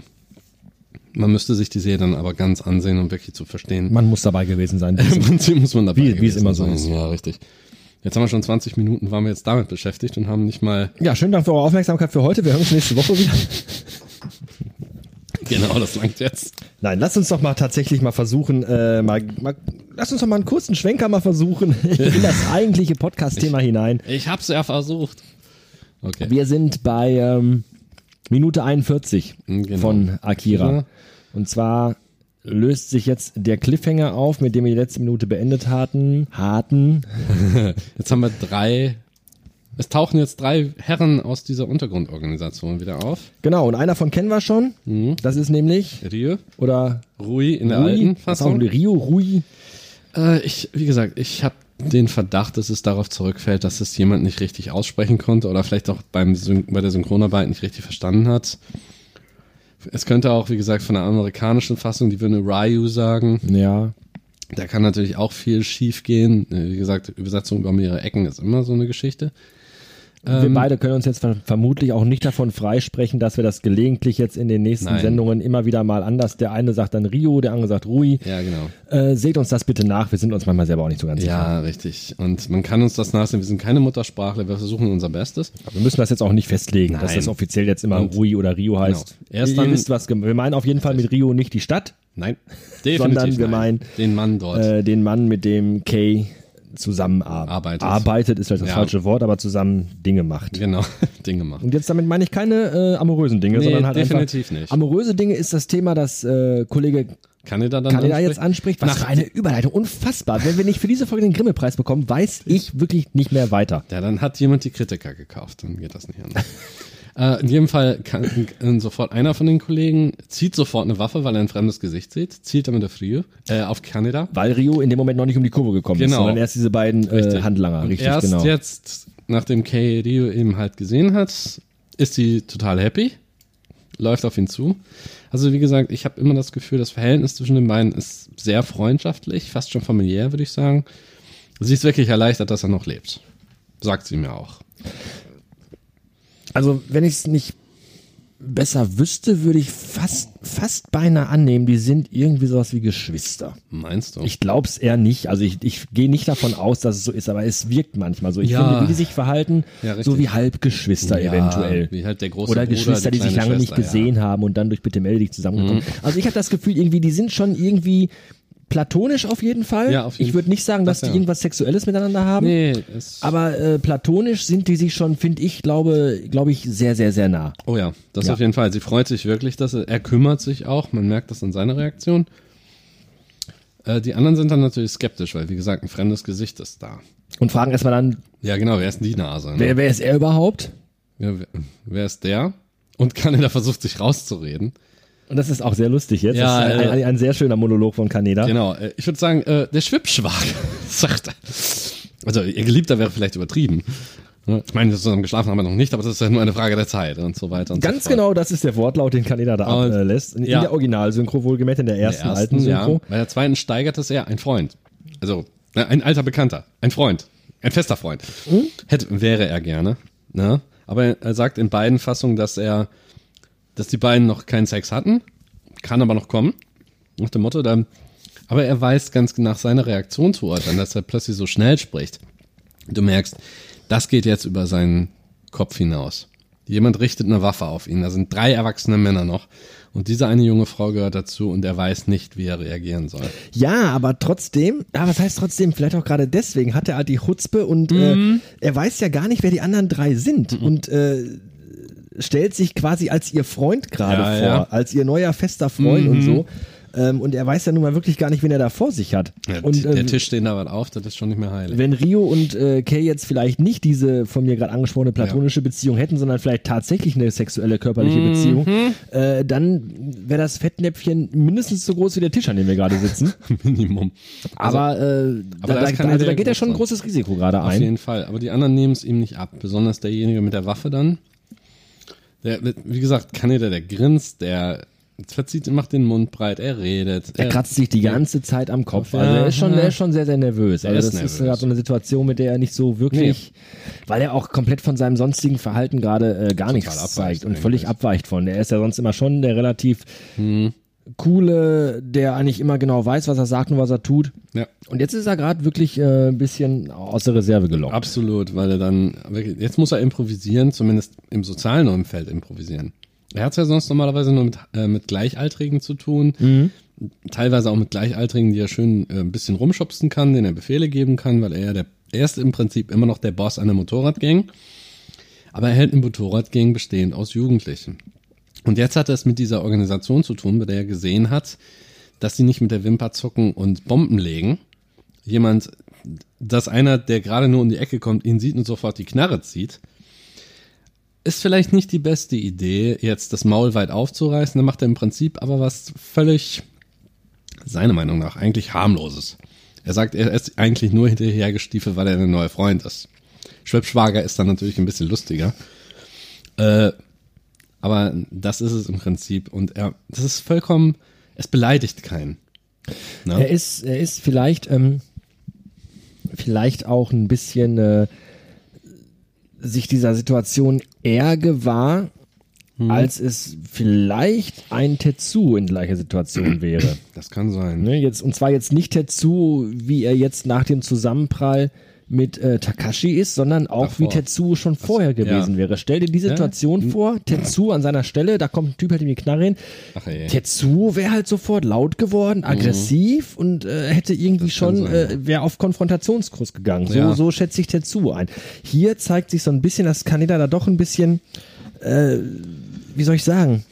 Man müsste sich die Serie dann aber ganz ansehen, um wirklich zu verstehen. Man muss dabei gewesen sein. wie es Im Prinzip muss man dabei Wie- wie es gewesen immer so sein. ist. Ja, richtig. Jetzt haben wir schon 20 Minuten, waren wir jetzt damit beschäftigt und haben nicht mal Ja, schönen Dank für eure Aufmerksamkeit für heute. Wir hören uns nächste Woche wieder. genau das langt jetzt. Nein, lass uns doch mal tatsächlich mal versuchen, äh, mal, mal, lass uns doch mal einen kurzen Schwenker mal versuchen in das eigentliche Podcast-Thema hinein. Ich hab's ja versucht. Okay. Wir sind bei ähm, Minute 41 Genau. von Ja. Akira. Und zwar löst sich jetzt der Cliffhanger auf, mit dem wir die letzte Minute beendet hatten. Hatten. Jetzt haben wir drei. Es tauchen jetzt drei Herren aus dieser Untergrundorganisation wieder auf. Genau, und einer von kennen wir schon. Das ist nämlich, Rio, oder Rui in der Rui, alten was auch, Fassung. Rio Rui. Äh, ich, wie gesagt, ich habe den Verdacht, dass es darauf zurückfällt, dass es jemand nicht richtig aussprechen konnte oder vielleicht auch beim Syn bei der Synchronarbeit nicht richtig verstanden hat. Es könnte auch, wie gesagt, von der amerikanischen Fassung, die würden Ryu sagen. Ja, Da kann natürlich auch viel schief gehen. Äh, Wie gesagt, Übersetzung über mehrere Ecken ist immer so eine Geschichte. Ähm. wir beide können uns jetzt ver vermutlich auch nicht davon freisprechen, dass wir das gelegentlich jetzt in den nächsten Nein. Sendungen immer wieder mal anders. Der eine sagt dann Rio, der andere sagt Rui. Ja, genau. Äh, seht uns das bitte nach. Wir sind uns manchmal selber auch nicht so ganz sicher. Ja, richtig. Und man kann uns das nachsehen. Wir sind keine Muttersprachler. Wir versuchen unser Bestes. Wir müssen das jetzt auch nicht festlegen, dass Nein. das offiziell jetzt immer Und- Rui oder Rio heißt. Genau. Erst Ihr dann- wisst, was gem- wir meinen auf jeden Fall mit Rio nicht die Stadt, Nein, definitiv Sondern wir nein. meinen, den Mann dort. äh, den Mann, mit dem Kay zusammenarbeitet. Arbeitet. Arbeitet ist vielleicht das Ja. falsche Wort, aber zusammen Dinge macht. genau, Ding gemacht. Und jetzt damit meine ich keine äh, amorösen Dinge, Nee, sondern halt definitiv einfach, nicht. Amoröse Dinge ist das Thema, das äh, Kollege Kann er da dann Kann er jetzt anspricht, ansprechen? was Nach- für eine Überleitung. Unfassbar. Wenn wir nicht für diese Folge den Grimme-Preis bekommen, weiß ich wirklich nicht mehr weiter. Ja, dann hat jemand die Kritiker gekauft, dann geht das nicht anders. äh, in jedem Fall kann äh, sofort einer von den Kollegen zieht sofort eine Waffe, weil er ein fremdes Gesicht sieht, zielt damit auf Rio, äh, auf Kanada. Weil Rio in dem Moment noch nicht um die Kurve gekommen ist, Genau. sondern erst diese beiden äh, Handlanger. Und Richtig, erst genau. jetzt, nachdem Kay Rio eben halt gesehen hat, ist sie total happy, läuft auf ihn zu. Also wie gesagt, ich habe immer das Gefühl, das Verhältnis zwischen den beiden ist sehr freundschaftlich, fast schon familiär, würde ich sagen. Sie ist wirklich erleichtert, dass er noch lebt. Sagt sie mir auch. Also, wenn ich es nicht besser wüsste, würde ich fast, fast beinahe annehmen, die sind irgendwie sowas wie Geschwister. Meinst du? Ich glaube es eher nicht. Also ich, ich gehe nicht davon aus, dass es so ist, aber es wirkt manchmal so. Ich Ja. finde, wie die sich verhalten, Ja, richtig. so wie Halbgeschwister Ja, eventuell. wie halt der große Oder Bruder, Geschwister, die die, sich kleine lange nicht Schwester, Mhm. gesehen haben und dann durch Bitte melde dich zusammengekommen. Also ich habe das Gefühl, irgendwie, die sind schon irgendwie platonisch auf jeden Fall. Ja, auf jeden ich würde nicht sagen, dass Das, die ja. irgendwas Sexuelles miteinander haben. nee, es, Aber äh, platonisch sind die sich schon, finde ich, glaube glaub ich, sehr, sehr, sehr nah. oh ja, das Ja. auf jeden Fall. Sie freut sich wirklich, dass er, er kümmert sich auch. Man merkt das an seiner Reaktion. Äh, die anderen sind dann natürlich skeptisch, weil wie gesagt, ein fremdes Gesicht ist da. Und fragen erstmal dann, Ja, genau, wer ist denn die Nase? Ne? wer, wer ist er überhaupt? Ja, wer, wer ist der? Und Kaneda versucht sich rauszureden. Und das ist auch sehr lustig jetzt. Ja, äh, das ist ein, ja. ein, ein sehr schöner Monolog von Kaneda. Genau, äh, ich würde sagen, äh, der Schwippschwager, sagt er. Also ihr Geliebter wäre vielleicht übertrieben. Ne? Ich meine, zusammen geschlafen haben wir noch nicht, aber das ist ja nur eine Frage der Zeit und so weiter und Ganz so fort. genau, das ist der Wortlaut, den Kaneda da Und- ablässt. In, Ah, ja. der Originalsynchro wohlgemerkt, in der Der ersten, ersten, alten Synchro. Ja, bei der zweiten steigert es eher ein Freund. Also ne, ein alter Bekannter, ein Freund, ein fester Freund. Hm? Hätte, wäre er gerne. Ne? Aber er- er sagt in beiden Fassungen, dass er, dass die beiden noch keinen Sex hatten, kann aber noch kommen. Nach dem Motto, dann, aber er weiß ganz nach seiner Reaktion zu urteilen, dass er plötzlich so schnell spricht. Du merkst, das geht jetzt über seinen Kopf hinaus. Jemand richtet eine Waffe auf ihn. Da sind drei erwachsene Männer noch. Und diese eine junge Frau gehört dazu und er weiß nicht, wie er reagieren soll. Ja, aber trotzdem, ja, was heißt trotzdem, vielleicht auch gerade deswegen, hat er halt die Chutzpe und Mhm. äh, er weiß ja gar nicht, wer die anderen drei sind und äh, stellt sich quasi als ihr Freund gerade Ja, vor, ja. Mhm. als ihr neuer fester Freund und so. Ähm, und er weiß ja nun mal wirklich gar nicht, wen er da vor sich hat. und, der ähm, Tisch steht da was auf, das ist schon nicht mehr heilig. wenn Rio und äh, Kay jetzt vielleicht nicht diese von mir gerade angesprochene platonische Beziehung hätten, sondern vielleicht tatsächlich eine sexuelle, körperliche Mhm. Beziehung, äh, dann wäre das Fettnäpfchen mindestens so groß wie der Tisch, an dem wir gerade sitzen. Minimum. Also, Aber, äh, aber da, das da, kann also da ja geht ja gut schon ein sein. großes Risiko gerade Auf ein. jeden Fall. Aber die anderen nehmen es ihm nicht ab. Besonders derjenige mit der Waffe dann. Der, wie gesagt, Kaneda, der grinst, der verzieht, macht den Mund breit, er redet. Er kratzt sich die ganze Zeit am Kopf. Also er ist schon, er ist schon sehr, sehr nervös. Also Er ist das ist nervös. gerade so eine Situation, mit der er nicht so wirklich, weil er auch komplett von seinem sonstigen Verhalten gerade äh, gar nichts abweicht zeigt und eigentlich. völlig abweicht von. Er ist ja sonst immer schon der relativ Hm. coole, der eigentlich immer genau weiß, was er sagt und was er tut. Ja. Und jetzt ist er gerade wirklich äh, ein bisschen aus der Reserve gelockt. Absolut, weil er dann, wirklich- jetzt muss er improvisieren, zumindest im sozialen Umfeld improvisieren. Er hat es ja sonst normalerweise nur mit, äh, mit Gleichaltrigen zu tun, teilweise auch mit Gleichaltrigen, die er schön äh, ein bisschen rumschubsen kann, denen er Befehle geben kann, weil er ja der, er ist im Prinzip immer noch der Boss einer Motorradgang, aber er hält eine Motorradgang bestehend aus Jugendlichen. Und jetzt hat er es mit dieser Organisation zu tun, bei der er gesehen hat, dass sie nicht mit der Wimper zucken und Bomben legen. Jemand, dass einer, der gerade nur um die Ecke kommt, ihn sieht und sofort die Knarre zieht, ist vielleicht nicht die beste Idee, jetzt das Maul weit aufzureißen. Dann macht er im Prinzip aber was völlig, seiner Meinung nach, eigentlich harmloses. Er sagt, er ist eigentlich nur hinterhergestiefelt, weil er der neue Freund ist. Schwibschwager ist dann natürlich ein bisschen lustiger. Äh, aber das ist es im Prinzip. Und er, das ist vollkommen, es beleidigt keinen. Ne? Er ist, er ist vielleicht, ähm, vielleicht auch ein bisschen äh, sich dieser Situation eher gewahr, als es vielleicht ein Tetsu in gleicher Situation wäre. das kann sein. Ne, jetzt, und zwar jetzt nicht Tetsu, wie er jetzt nach dem Zusammenprall mit äh, Takashi ist, sondern auch Davor. wie Tetsu schon vorher gewesen ja. Hm. wäre. Stell dir die Situation vor, Tetsu an seiner Stelle, da kommt ein Typ, hält ihm die Knarre hin. Ach ey. Mhm. Tetsu wäre halt sofort laut geworden, aggressiv und äh, hätte irgendwie schon, sein, ja. äh, wäre auf Konfrontationskurs gegangen. So, Ja. so schätze ich Tetsu ein. Hier zeigt sich so ein bisschen, dass Kaneda da doch ein bisschen, äh, wie soll ich sagen,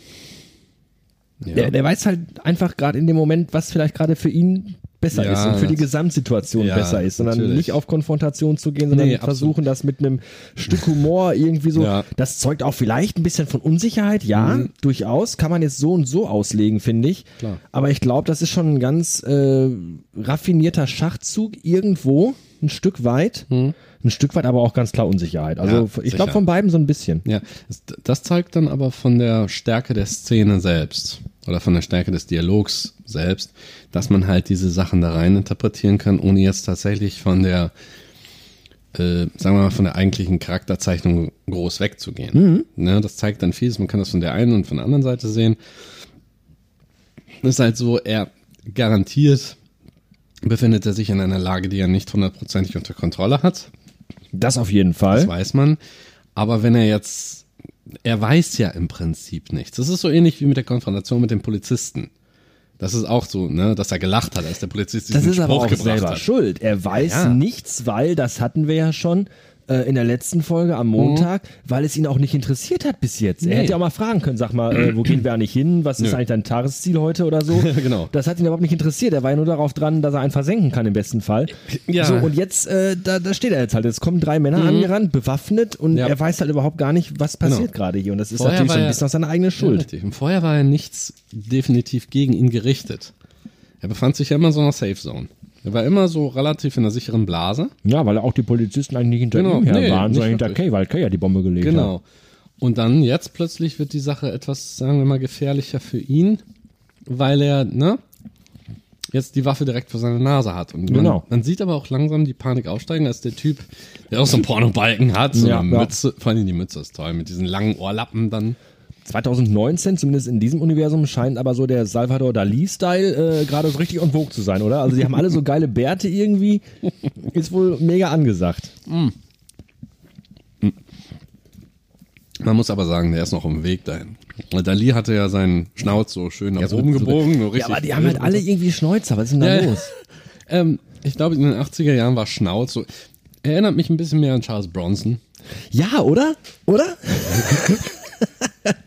Ja. der, der weiß halt einfach gerade in dem Moment, was vielleicht gerade für ihn besser Ja, ist und für die nat- Gesamtsituation Ja, besser ist, sondern natürlich. nicht auf Konfrontation zu gehen, sondern Nee, versuchen, das mit einem Stück Humor irgendwie so. Ja. Mhm. Das zeugt auch vielleicht ein bisschen von Unsicherheit, ja, durchaus. Kann man jetzt so und so auslegen, finde ich. Klar. Aber ich glaube, das ist schon ein ganz äh, raffinierter Schachzug irgendwo, ein Stück weit. Ein Stück weit, aber auch ganz klar Unsicherheit. Also Mhm. Ja, ich sicher. glaube von beiden so ein bisschen. Ja, das, das zeigt dann aber von der Stärke der Szene selbst. oder von der Stärke des Dialogs selbst, dass man halt diese Sachen da rein interpretieren kann, ohne jetzt tatsächlich von der, äh, sagen wir mal, von der eigentlichen Charakterzeichnung groß wegzugehen. Ne, das zeigt dann vieles, man kann das von der einen und von der anderen Seite sehen. Das ist halt so, er garantiert befindet er sich in einer Lage, die er nicht hundertprozentig unter Kontrolle hat. Das auf jeden Fall. Das weiß man. Aber wenn er jetzt, er weiß ja im Prinzip nichts. Das ist so ähnlich wie mit der Konfrontation mit dem Polizisten. Das ist auch so, ne, dass er gelacht hat, als der Polizist diesen Das ist Spruch aber auch gebracht selber hat. schuld. Er weiß Ja, ja. nichts, weil, das hatten wir ja schon äh, in der letzten Folge am Montag, weil es ihn auch nicht interessiert hat bis jetzt. Mhm. Nee. Er hätte ja auch mal fragen können, sag mal, äh, wo gehen wir eigentlich hin? Was ist Nö. eigentlich dein Tagesziel heute oder so? Genau. Das hat ihn überhaupt nicht interessiert. Er war ja nur darauf dran, dass er einen versenken kann im besten Fall. Ja. Mhm. So, und jetzt, äh, da, da steht er jetzt halt. Jetzt kommen drei Männer angerannt, bewaffnet und Ja. Genau. er weiß halt überhaupt gar nicht, was passiert gerade hier. Und das ist Vorher natürlich so war ein er- bisschen auch seine eigene Ja, Schuld. richtig. Und vorher war ja nichts definitiv gegen ihn gerichtet. Er befand sich ja immer so in einer Safe Zone. Er war immer so relativ in einer sicheren Blase. Ja, weil auch die Polizisten eigentlich hinter Genau, ihm her nee, waren, sondern nicht hinter wirklich. Kay, weil Kay ja die Bombe gelegt hat. Genau. Und dann jetzt plötzlich wird die Sache etwas, sagen wir mal, gefährlicher für ihn, weil er, ne, jetzt die Waffe direkt vor seiner Nase hat. Und man, Genau. man sieht aber auch langsam die Panik aufsteigen, als der Typ, der auch so einen Pornobalken hat, so Ja, eine ja. Mütze, vor allem die Mütze ist toll, mit diesen langen Ohrlappen dann. 2019, zumindest in diesem Universum, scheint aber so der Salvador Dali-Style äh, gerade so richtig on vogue zu sein, oder? Also die haben alle so geile Bärte irgendwie. Ist wohl mega angesagt. Man muss aber sagen, der ist noch im Weg dahin. Weil Dali hatte ja seinen Schnauz so schön nach so- oben so- gebogen. So Ja, richtig aber die haben halt alle irgendwie Schnäuzer. Was ist denn da Ja, ja. los? Ähm, ich glaube, in den 80er Jahren war Schnauz so. Erinnert mich ein bisschen mehr an Charles Bronson. Ja, oder? Oder?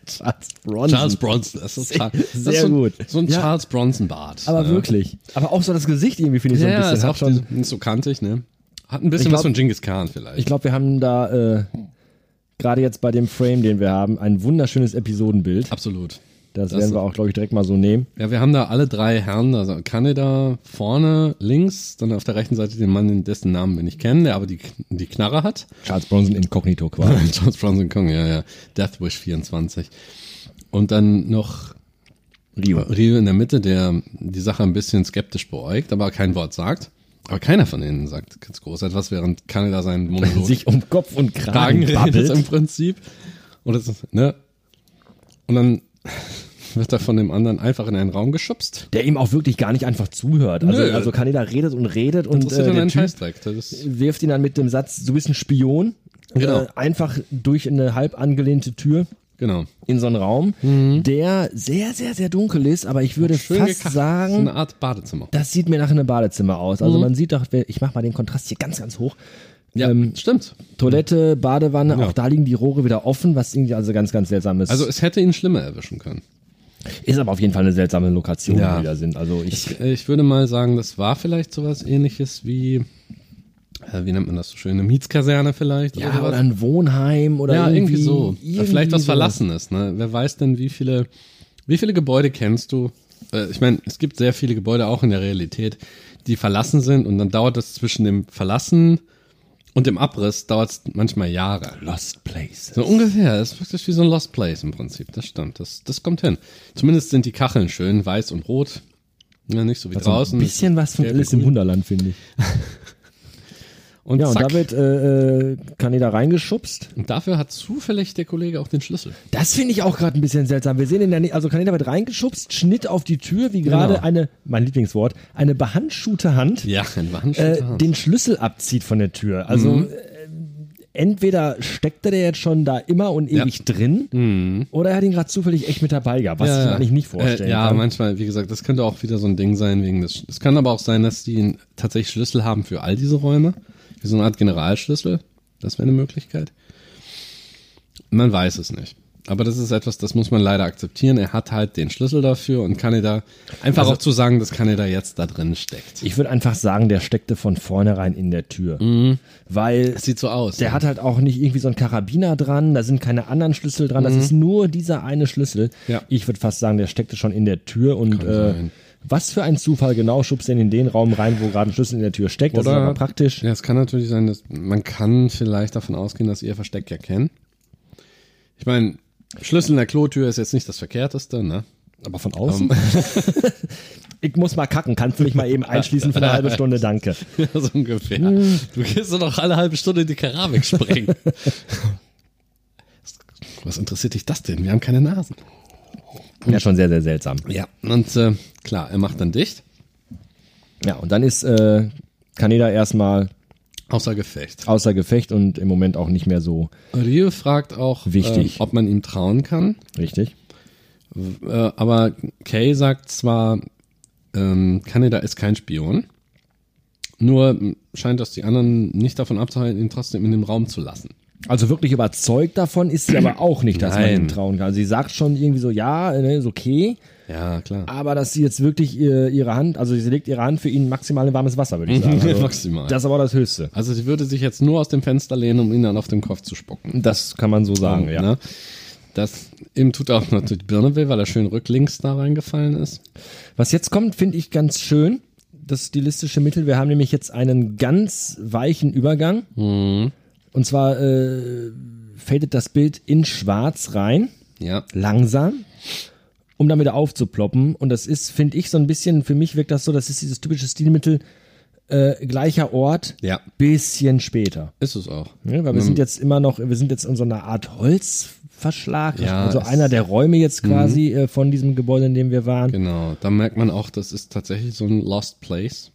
Charles Bronson. Charles Bronson, das ist, Char- das ist sehr so ein, gut. So ein Ja. Charles Bronson-Bart. aber ne? wirklich. Aber auch so das Gesicht irgendwie finde ich so Ja, ein ja, bisschen. ist Hat auch schon, die- ist so kantig, ne? Hat ein bisschen Ich glaub- was von Genghis Khan vielleicht. ich glaube, wir haben da äh, gerade jetzt bei dem Frame, den wir haben, ein wunderschönes Episodenbild. Absolut. Das, werden wir auch, glaube ich, direkt mal so nehmen. Ja, wir haben da alle drei Herren, also Kaneda vorne links, dann auf der rechten Seite den Mann, dessen Namen wir nicht kennen, der aber die, die Knarre hat. Charles Bronson inkognito quasi. Charles Bronson Kong, ja, ja. Deathwish 24. Und dann noch Rio. Rio in der Mitte, der die Sache ein bisschen skeptisch beäugt, aber kein Wort sagt. Aber keiner von ihnen sagt ganz groß etwas, während Kaneda seinen Monolog sich um Kopf und Kragen Kragen redet Um im babbelt. Prinzip. Und, das ist, ne? und dann wird er von dem anderen einfach in einen Raum geschubst. Der ihm auch wirklich gar nicht einfach zuhört. Also, Nö. also Kaneda redet und redet und Das ist äh, dann der ein Typ Scheißdreck. Das ist, wirft ihn dann mit dem Satz, du bist ein Spion, halt. Genau. äh, einfach durch eine halb angelehnte Tür genau. in so einen Raum, der sehr, sehr, sehr dunkel ist, aber ich würde Mhm. Schön fast gekachelt. So Mhm. sagen, eine Art Badezimmer. das sieht mir nach einem Badezimmer aus. Also man sieht doch, ich mach mal den Kontrast hier ganz, ganz hoch. Ja, Ähm, stimmt. Mhm. Toilette, Badewanne, Ja. auch da liegen die Rohre wieder offen, was irgendwie also ganz, ganz seltsam ist. Genau. Also es hätte ihn schlimmer erwischen können. Ist aber auf jeden Fall eine seltsame Lokation, Ja. wo wir da sind. Also ich. Äh, Ich würde mal sagen, das war vielleicht sowas ähnliches wie, äh, wie nennt man das so schön, eine Mietskaserne vielleicht? Ja, sowas. oder ein Wohnheim oder ja, irgendwie, so. irgendwie Vielleicht was so. Verlassenes. Ne? Wer weiß denn, wie viele, wie viele Gebäude kennst du? Äh, ich meine, es gibt sehr viele Gebäude auch in der Realität, die verlassen sind und dann dauert es zwischen dem Verlassen und dem Abriss dauert es manchmal Jahre. Lost Place. So ungefähr. Das ist wirklich wie so ein Lost Place im Prinzip. Das stimmt. Das, das kommt hin. Zumindest sind die Kacheln schön, weiß und rot. Ja, nicht so wie draußen. Also Ein bisschen was von Gelbe Alice im Kugel. Wunderland, finde ich. Und, Ja, und zack. da wird äh, äh, Kaneda reingeschubst. und dafür hat zufällig der Kollege auch den Schlüssel. Das finde ich auch gerade ein bisschen seltsam. Wir sehen in der Nä- also Kaneda wird reingeschubst, Schnitt auf die Tür, wie gerade Genau. eine, mein Lieblingswort, eine behandschuhte Hand Ja, ein Wahnsinnig. äh, den Schlüssel abzieht von der Tür. Also Mhm. äh, entweder steckte der jetzt schon da immer und Ja. ewig drin oder er hat ihn gerade zufällig echt mit dabei gehabt, was ich mir eigentlich nicht vorstellen Äh, ja, kann. manchmal, wie gesagt, das könnte auch wieder so ein Ding sein wegen des. Es kann aber auch sein, dass die einen tatsächlich Schlüssel haben für all diese Räume. Wie so eine Art Generalschlüssel. Das wäre eine Möglichkeit. Man weiß es nicht. Aber das ist etwas, das muss man leider akzeptieren. Er hat halt den Schlüssel dafür und Kaneda, einfach Also auch zu sagen, dass Kaneda jetzt da drin steckt. Ich würde einfach sagen, der steckte von vornherein in der Tür. Weil Mhm. Das sieht so aus. der ne? hat halt auch nicht irgendwie so einen Karabiner dran, da sind keine anderen Schlüssel dran, das ist nur dieser eine Schlüssel. Mhm. Ja. Ich würde fast sagen, der steckte schon in der Tür und äh, sein. was für ein Zufall genau schubst den in den Raum rein, wo gerade ein Schlüssel in der Tür steckt. das ist aber praktisch. Ja, es kann natürlich sein, dass man kann vielleicht davon ausgehen, dass ihr Versteck ja kennt. Ich meine, Schlüssel in der Klotür ist jetzt nicht das Verkehrteste, ne? Aber von außen? Ähm. ich muss mal kacken, kannst du mich mal eben einschließen für eine halbe Stunde, danke. Ja, so ungefähr. Hm. Du gehst doch noch alle halbe Stunde in die Keramik springen. Was interessiert dich das denn? Wir haben keine Nasen. Ja, schon sehr, sehr seltsam. Ja. Und äh, klar, er macht dann dicht. Ja, und dann ist äh, Kaneda erstmal Außer Gefecht. außer Gefecht und im Moment auch nicht mehr so Rio fragt auch, Wichtig. ähm, ob man ihm trauen kann. richtig. Äh, aber Kay sagt zwar, ähm, Kaneda ist kein Spion. Nur mh, scheint das die anderen nicht davon abzuhalten, ihn trotzdem in dem Raum zu lassen. Also wirklich überzeugt davon ist sie aber auch nicht, dass man Nein. ihm trauen kann. Sie sagt schon irgendwie so, ja, ne, ist okay, Ja, klar. aber dass sie jetzt wirklich ihr, ihre Hand, also sie legt ihre Hand für ihn maximal in warmes Wasser, würde ich sagen. Also, Maximal. Das ist aber das Höchste. also sie würde sich jetzt nur aus dem Fenster lehnen, um ihn dann auf den Kopf zu spucken. Das kann man so sagen, ja. Ne? Das ihm tut auch natürlich die Birne weh, weil er schön rücklinks da reingefallen ist. Was jetzt kommt, finde ich ganz schön. Das stilistische Mittel. Wir haben nämlich jetzt einen ganz weichen Übergang. Mhm. Und zwar äh, fadet das Bild in schwarz rein, Ja. langsam, um dann wieder aufzuploppen. Und das ist, finde ich, so ein bisschen, für mich wirkt das so, das ist dieses typische Stilmittel, äh, gleicher Ort, Ja. Mhm. bisschen später. Ist es auch. Ne? Weil wir sind jetzt immer noch, wir sind jetzt in so einer Art Holzverschlag. Ja, also es- Mhm. einer der Räume jetzt quasi äh, von diesem Gebäude, in dem wir waren. Genau. Da merkt man auch, das ist tatsächlich so ein Lost Place.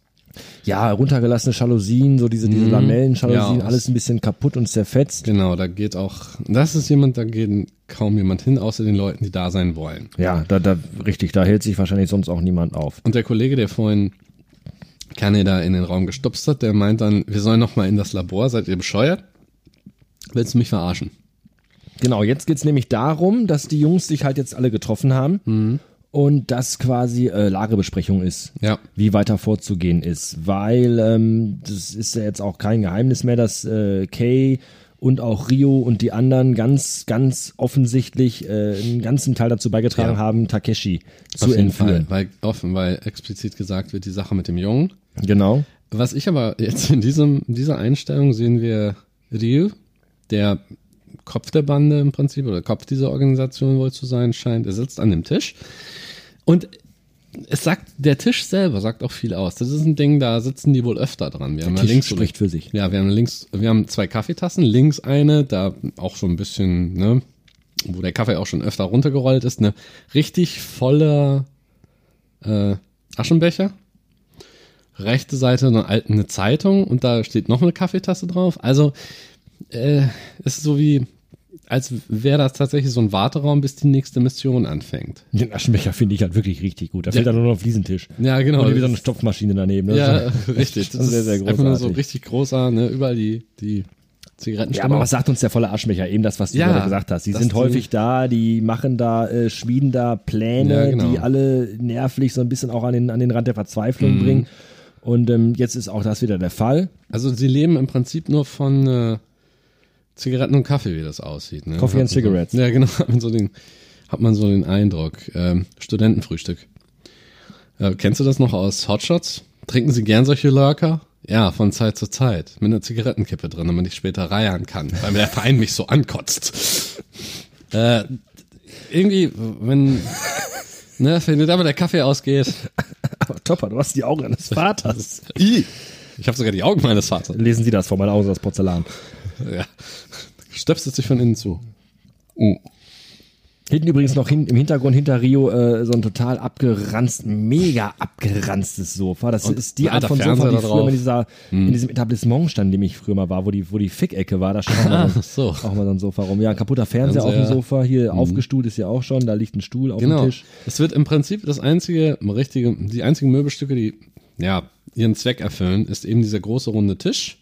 ja, runtergelassene Jalousien, so diese, diese Lamellen-Jalousien, Mhm. Ja, alles ein bisschen kaputt und zerfetzt. Genau, da geht auch, das ist jemand, da geht kaum jemand hin, außer den Leuten, die da sein wollen. Ja, da, da, richtig, da hält sich wahrscheinlich sonst auch niemand auf. Und der Kollege, der vorhin Kaneda in den Raum gestupst hat, der meint dann, wir sollen noch mal in das Labor, seid ihr bescheuert? Willst du mich verarschen? Genau, jetzt geht's nämlich darum, dass die Jungs sich halt jetzt alle getroffen haben und das quasi äh, Lagebesprechung ist. Ja. Wie weiter vorzugehen ist, weil ähm, das ist ja jetzt auch kein Geheimnis mehr, dass äh, Kay und auch Rio und die anderen ganz, ganz offensichtlich äh, einen ganzen Teil dazu beigetragen Ja. haben, Takeshi zu Auf jeden entführen. Fall, weil offen, weil explizit gesagt wird, die Sache mit dem Jungen. Genau. Was ich aber jetzt in diesem, dieser Einstellung sehen wir Ryu, der Kopf der Bande im Prinzip oder Kopf dieser Organisation wohl zu sein scheint. Er sitzt an dem Tisch und es sagt, der Tisch selber sagt auch viel aus. Das ist ein Ding, da sitzen die wohl öfter dran. Wir haben ja Tisch links spricht für sich. Ja, wir haben links, wir haben zwei Kaffeetassen, links eine, da auch schon ein bisschen, ne, wo der Kaffee auch schon öfter runtergerollt ist, ne, richtig voller äh, Aschenbecher. Rechte Seite eine, alte, eine Zeitung und da steht noch eine Kaffeetasse drauf. Also äh, es ist so wie, als wäre das tatsächlich so ein Warteraum, bis die nächste Mission anfängt. Den Aschenbecher finde ich halt wirklich richtig gut. Da fehlt Ja. dann nur noch ein Fliesentisch. Ja, genau. Und hier Das wieder eine ist- Stopfmaschine daneben. ne? Das Ja, ist schon- richtig. Schon sehr, sehr Einfach nur so großartig. richtig großer, ne, überall die, die Ja, Zigarettenstämme. aber was sagt uns der volle Aschenbecher? Eben das, was du Ja, gerade gesagt hast. Die dass sind die- häufig da, die machen da, äh, schmieden da Pläne, Ja, genau. die alle nervlich so ein bisschen auch an den, an den Rand der Mhm. Verzweiflung bringen. Und ähm, jetzt ist auch das wieder der Fall. Also sie leben im Prinzip nur von äh, Zigaretten und Kaffee, wie das aussieht. Ne? Coffee and Hat man cigarettes. So, ja, genau. Hat man so den, hat man so den Eindruck. Ähm, Studentenfrühstück. Äh, kennst du das noch aus Hotshots? Trinken sie gern solche Lurker? Ja, von Zeit zu Zeit. Mit einer Zigarettenkippe drin, damit ich später reiern kann, weil mir der Verein mich so ankotzt. äh, irgendwie, wenn... Ne, wenn dir da mal der Kaffee ausgeht. Aber Topper, du hast die Augen eines Vaters. Ih, ich habe sogar die Augen meines Vaters. Lesen Sie das vor meinen Augen, das Porzellan. Ja. Stöpst es sich von innen zu. Oh. Hinten übrigens noch hin, im Hintergrund hinter Rio äh, so ein total abgeranzt, mega abgeranztes Sofa. Das Und ist die ein Art alter von Sofa, Fernseher die da früher drauf. Mhm. immer in, dieser, in diesem Etablissement stand, in dem ich früher mal war, wo die, wo die Fickecke war. Da stand auch mal, Ah, so. so. ein- auch mal so ein Sofa rum. Ja, ein kaputter Fernseher auf dem Oh. Fernseher. Mhm. Sofa. Hier aufgestuhlt ist ja auch schon. Da liegt ein Stuhl auf dem Genau. Tisch. Es wird im Prinzip das einzige richtige, die einzigen Möbelstücke, die ja ihren Zweck erfüllen, ist eben dieser große runde Tisch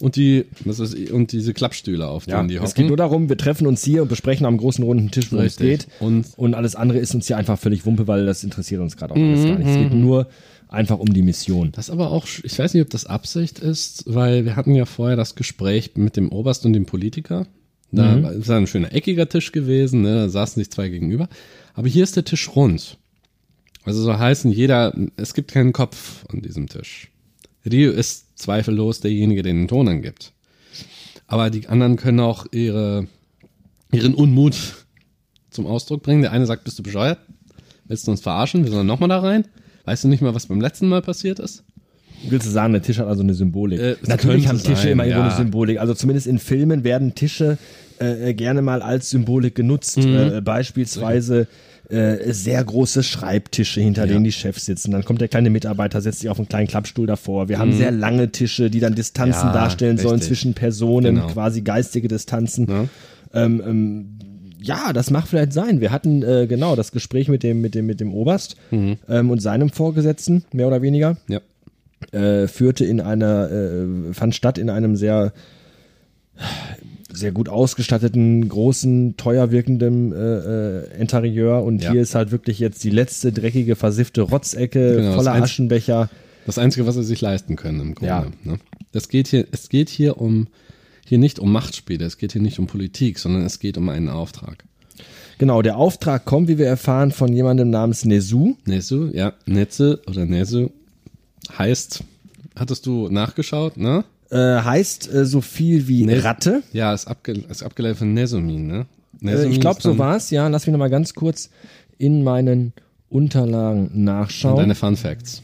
und die was ist, und diese Klappstühle auf denen die hocken. es geht nur darum, wir treffen uns hier und besprechen am großen runden Tisch, worum es Richtig. geht. Und- und alles andere ist uns hier einfach völlig Wumpe, weil das interessiert uns gerade auch Mhm, alles gar nicht. Es geht nur einfach um die Mission. das ist aber auch, sch- ich weiß nicht, ob das Absicht ist, weil wir hatten ja vorher das Gespräch mit dem Oberst und dem Politiker. Da war- ist ein schöner eckiger Tisch gewesen, ne? da saßen sich zwei gegenüber. Aber hier ist der Tisch rund. Also so heißen jeder, es gibt keinen Kopf an diesem Tisch. Rio ist zweifellos derjenige, der den Ton angibt. Aber die anderen können auch ihre, ihren Unmut zum Ausdruck bringen. Der eine sagt, bist du bescheuert? Willst du uns verarschen? Wir sollen nochmal da rein? Weißt du nicht mal, was beim letzten Mal passiert ist? Willst du sagen, der Tisch hat also eine Symbolik? Äh, es Natürlich könnte haben Tische sein, immer ihre ja. Symbolik. Also zumindest in Filmen werden Tische äh, äh, gerne mal als Symbolik genutzt. Mhm. Äh, beispielsweise äh, sehr große Schreibtische, hinter denen die Chefs sitzen. Dann kommt der kleine Mitarbeiter, setzt sich auf einen kleinen Klappstuhl davor. Wir haben sehr lange Tische, die dann Distanzen Mhm. Ja, darstellen sollen richtig. zwischen Personen, Genau. quasi geistige Distanzen. Ja. Ähm, ähm, ja, das mag vielleicht sein. Wir hatten äh, genau das Gespräch mit dem, mit dem, mit dem Oberst Mhm. ähm, und seinem Vorgesetzten, mehr oder weniger Ja. äh, führte in einer, äh, fand statt in einem sehr, sehr gut ausgestatteten, großen, teuer wirkenden äh, äh, Interieur. Und Ja. hier ist halt wirklich jetzt die letzte dreckige, versiffte Rotzecke Genau, das voller Einz- Aschenbecher. Das Einzige, was sie sich leisten können im Grunde. Ja. Ne? Das geht hier, es geht hier um hier nicht um Machtspiele, es geht hier nicht um Politik, sondern es geht um einen Auftrag. Genau, der Auftrag kommt, wie wir erfahren, von jemandem namens Nesu. Nesu, ja, Netze oder Nesu heißt, hattest du nachgeschaut, ne? Äh, heißt äh, so viel wie Ne- Ratte. Ja, ist, abge ist abgeleitet von Nesumin, ne? Äh, Nesumin ich glaube, ist so dann- war's. Ja, lass mich nochmal ganz kurz in meinen Unterlagen nachschauen. Deine Fun Facts.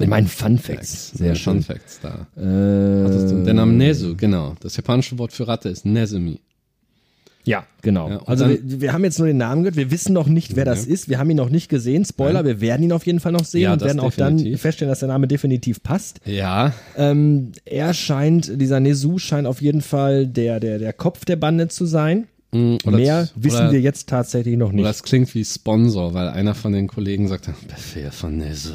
In meinen Fun Facts. Sehr Deine Fun schön. Facts Also da. Äh, Der Name Nesu, genau. Das japanische Wort für Ratte ist Nezumi. Ja, genau. Ja, und also dann- wir, wir haben jetzt nur den Namen gehört, wir wissen noch nicht, wer das ist, wir haben ihn noch nicht gesehen. Spoiler, wir werden ihn auf jeden Fall noch sehen Ja, und das werden auch dann definitiv. feststellen, dass der Name definitiv passt. Ja, Ähm, er scheint, dieser Nesu scheint auf jeden Fall der, der, der Kopf der Bande zu sein. Mm, oder Mehr oder- wissen wir jetzt tatsächlich noch Oder nicht. es klingt wie Sponsor, weil einer von den Kollegen sagte, Befehl von Nesu.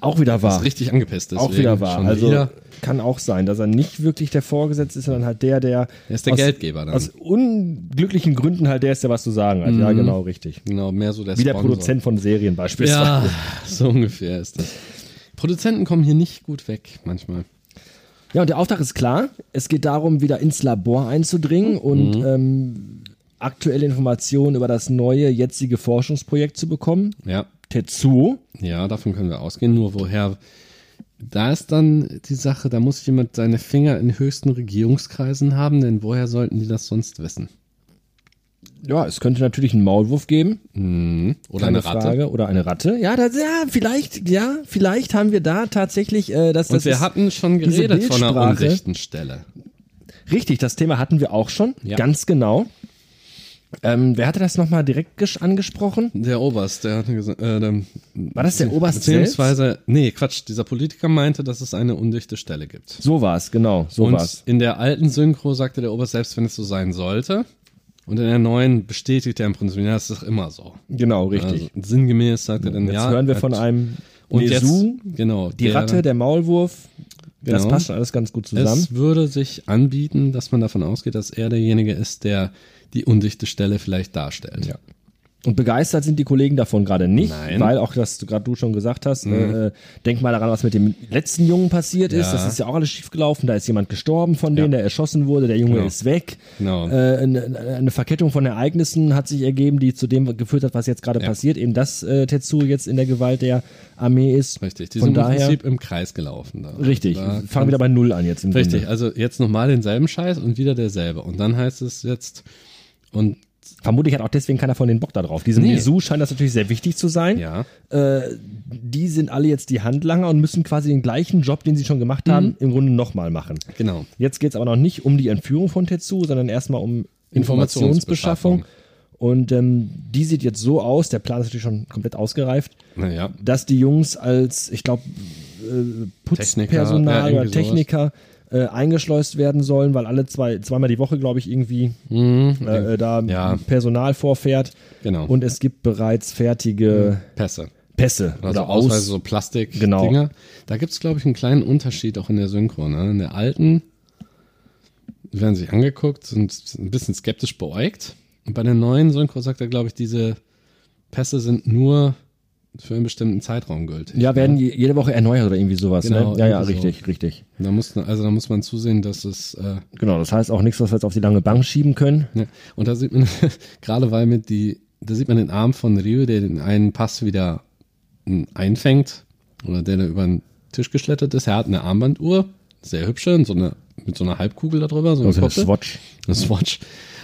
Auch wieder Ist wahr. richtig angepisst. Auch deswegen wieder wahr. Schon Also wieder. kann auch sein, dass er nicht wirklich der Vorgesetzte ist, sondern halt der, der. Er ist der aus, Geldgeber dann. Aus unglücklichen Gründen halt der ist, der was zu sagen hat. Ja, genau, richtig. Genau, mehr so der Wie der Mhm. Sponsor. Produzent von Serien beispielsweise. Ja, so ungefähr ist das. Produzenten kommen hier nicht gut weg manchmal. Ja, und der Auftrag ist klar. Es geht darum, wieder ins Labor einzudringen Mhm. und ähm, aktuelle Informationen über das neue, jetzige Forschungsprojekt zu bekommen. Ja, Tetsuo. ja, davon können wir ausgehen. Nur woher? Da ist dann die Sache, da muss jemand seine Finger in höchsten Regierungskreisen haben, denn woher sollten die das sonst wissen? Ja, es könnte natürlich einen Maulwurf geben. Oder keine eine Ratte? Frage. Oder eine Ratte. Ja, das, ja, vielleicht, ja, vielleicht haben wir da tatsächlich, äh, das, Und das wir ist- hatten schon diese geredet von einer Bildsprache. unrechten Stelle. Richtig, das Thema hatten wir auch schon. Ja. Ganz genau. Ähm, wer hatte das nochmal direkt gesch- angesprochen? Der Oberst, der hat gesagt, äh, der, War das der Oberst selbst? beziehungsweise, nee, Quatsch, dieser Politiker meinte, dass es eine undichte Stelle gibt. So war es, genau. So Und war es. in der alten Synchro sagte der Oberst selbst, wenn es so sein sollte. Und in der neuen bestätigt er im Prinzip, ja, das ist immer so. Genau, richtig. Also, sinngemäß sagt er dann, Jetzt ja. hören wir hat- von einem und Nesu, jetzt, genau, die Ratte, der Maulwurf. Das Genau. passt schon alles ganz gut zusammen. Es würde sich anbieten, dass man davon ausgeht, dass er derjenige ist, der die undichte Stelle vielleicht darstellt. Ja. Und begeistert sind die Kollegen davon gerade nicht, Nein. Mhm. weil auch das du gerade du schon gesagt hast, äh, äh, denk mal daran, was mit dem letzten Jungen passiert ist. Ja. Das ist ja auch alles schiefgelaufen. Da ist jemand gestorben von denen, der erschossen wurde, der Junge Genau. ist weg. Genau. Äh, eine, eine Verkettung von Ereignissen hat sich ergeben, die zu dem geführt hat, was jetzt gerade passiert. Eben das äh, Tetsu jetzt in der Gewalt der Armee ist. Richtig. Die Von sind im daher. Prinzip im Kreis gelaufen. Da. Richtig. Da Fangen wieder bei Null an jetzt im Richtig, Grunde. also jetzt nochmal denselben Scheiß und wieder derselbe. Und dann heißt es jetzt, und Vermutlich hat auch deswegen keiner von den Bock da drauf. Diesem Nee. Nesu scheint das natürlich sehr wichtig zu sein. ja, äh, die sind alle jetzt die Handlanger und müssen quasi den gleichen Job, den sie schon gemacht haben, im Grunde nochmal machen. Mhm. genau. Jetzt geht es aber noch nicht um die Entführung von Tetsu, sondern erstmal um Informationsbeschaffung. Informationsbeschaffung. Und ähm, die sieht jetzt so aus, der Plan ist natürlich schon komplett ausgereift, Naja, dass die Jungs als, ich glaube, äh, Putzpersonal Techniker, ja, irgendwie oder Techniker äh, eingeschleust werden sollen, weil alle zwei, zweimal die Woche, glaube ich, irgendwie äh, äh, da Mhm. Ja. Personal vorfährt. Genau. Und es gibt bereits fertige Pässe. Pässe Also oder Ausweise, Aus. so Plastik-Dinger. Genau. Da gibt es, glaube ich, einen kleinen Unterschied auch in der Synchro. Ne? In der alten werden sich angeguckt, sind ein bisschen skeptisch beäugt. Und bei der neuen Synchro sagt er, glaube ich, diese Pässe sind nur für einen bestimmten Zeitraum gültig. Ja, werden je- jede Woche erneuert oder irgendwie sowas. Genau, ne? Ja, ja, irgendwie so. richtig, richtig. Da muss, also da muss man zusehen, dass es äh, Genau, das heißt auch nichts, was wir jetzt auf die lange Bank schieben können. Ja, Ne? und da sieht man, gerade weil mit die, da sieht man den Arm von Rio, der den einen Pass wieder m, einfängt oder der da über den Tisch geschlettert ist. Er hat eine Armbanduhr, sehr hübsche, und so eine, mit so einer Halbkugel darüber, so eine, Also eine Koppel. Swatch. eine Swatch.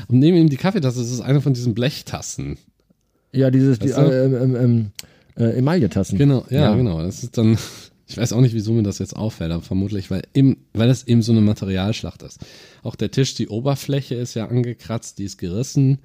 Und neben ihm die Kaffeetasse, das ist eine von diesen Blechtassen. Ja, dieses, die, Weißt du? äh, ähm, ähm, äh, Emailletassen. Genau, ja, Ja. genau. Das ist dann, ich weiß auch nicht, wieso mir das jetzt auffällt, aber vermutlich, weil eben, weil das eben so eine Materialschlacht ist. Auch der Tisch, die Oberfläche ist ja angekratzt, die ist gerissen.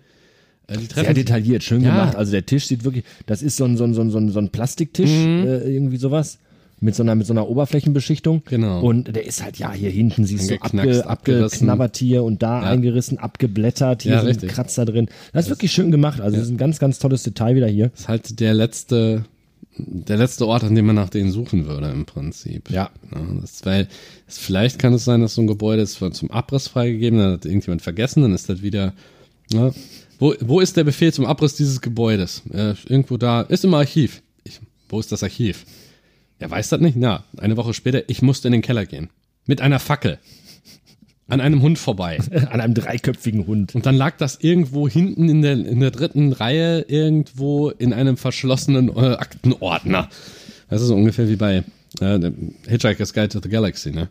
Äh, die Sehr treffen detailliert, schön Ja. gemacht. Also der Tisch sieht wirklich, das ist so ein, so ein, so ein, so ein, so ein Plastiktisch, Mhm. äh, irgendwie sowas. Mit so, einer, mit so einer Oberflächenbeschichtung. Genau. Und der ist halt, ja, hier hinten siehst du abge, Angeknackst, abgerissen. abgeknabbert hier und da Ja. eingerissen, abgeblättert, hier Ja, sind richtig. Kratzer drin. Das ist wirklich schön gemacht. Also das ist ein ganz, ganz tolles Detail wieder hier. ist halt der letzte, der letzte Ort, an dem man nach denen suchen würde im Prinzip. Ja. das, weil es, vielleicht kann es sein, dass so ein Gebäude ist von- zum Abriss freigegeben, dann hat irgendjemand vergessen, dann ist das wieder. Ne? Wo, wo ist der Befehl zum Abriss dieses Gebäudes? Äh, irgendwo da, ist im Archiv. Ich, wo ist das Archiv? Er weiß das nicht? Na, eine Woche später, ich musste in den Keller gehen. Mit einer Fackel. An einem Hund vorbei. An einem dreiköpfigen Hund. Und dann lag das irgendwo hinten in der, in der dritten Reihe, irgendwo in einem verschlossenen äh, Aktenordner. Das ist so ungefähr wie bei äh, dem Hitchhiker's Guide to the Galaxy, ne?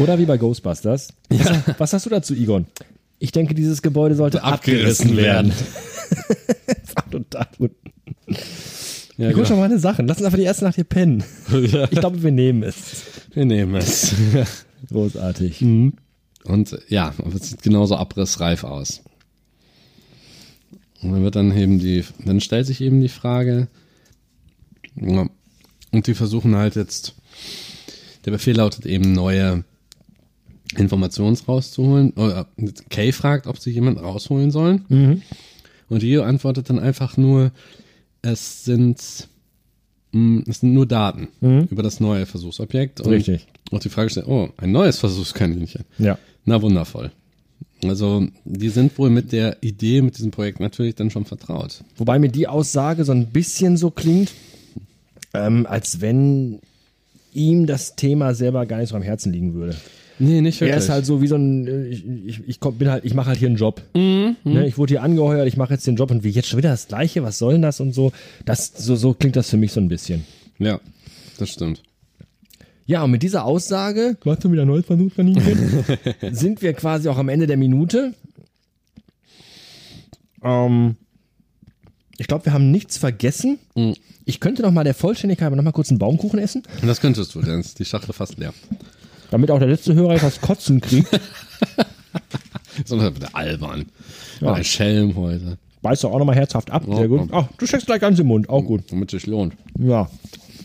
Oder wie bei Ghostbusters. Was, was hast du dazu, Igon? Ich denke, dieses Gebäude sollte abgerissen, werden. Total gut. Ja, Wir gucken genau. schon mal eine Sache. Lass uns einfach die erste Nacht hier pennen. Ja. Ich glaube, wir nehmen es. Wir nehmen es. Großartig. Und äh, ja, aber es sieht genauso abrissreif aus. Und dann wird dann eben die, dann stellt sich eben die Frage, ja, und die versuchen halt jetzt, der Befehl lautet eben, neue Informationen rauszuholen. Oder äh, Kay fragt, ob sie jemanden rausholen sollen. Und Rio antwortet dann einfach nur, es sind, mh, es sind nur Daten über das neue Versuchsobjekt. Und Richtig. Auch die Frage stellt, oh, ein neues Versuchskaninchen. Ja. Na wundervoll. Also, die sind wohl mit der Idee, mit diesem Projekt natürlich dann schon vertraut. Wobei mir die Aussage so ein bisschen so klingt, ähm, als wenn ihm das Thema selber gar nicht so am Herzen liegen würde. Nee, nicht Er ist halt so wie so ein, äh, ich, ich, ich komm, bin halt, ich mache halt hier einen Job. Ne, ich wurde hier angeheuert, ich mache jetzt den Job und wie jetzt schon wieder das Gleiche, was soll denn das und so. Das, so, so klingt das für mich so ein bisschen. ja, das stimmt. Ja, und mit dieser Aussage, machst du wieder neues Versuchskaninchen, sind wir quasi auch am Ende der Minute. Ähm, ich glaube, wir haben nichts vergessen. Ich könnte noch mal der Vollständigkeit aber noch mal kurz einen Baumkuchen essen, Und das könntest du, dann ist die Schachtel fast leer. damit auch der letzte Hörer etwas Kotzen kriegt. Sondern der Albern. Ja. Ein Schelm heute. Beißt doch auch noch mal herzhaft ab. Sehr gut. Ach, du steckst gleich ganz im Mund. Auch gut. Damit es sich lohnt. Ja.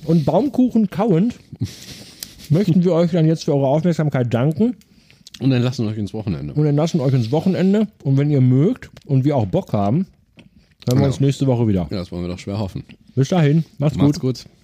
Und Baumkuchen kauend möchten wir euch dann jetzt für eure Aufmerksamkeit danken. Und dann lassen wir euch ins Wochenende. und entlassen euch ins Wochenende. Und wenn ihr mögt und wir auch Bock haben, hören wir uns nächste Woche wieder. Ja, das wollen wir doch schwer hoffen. Bis dahin, macht's, Macht's gut. gut.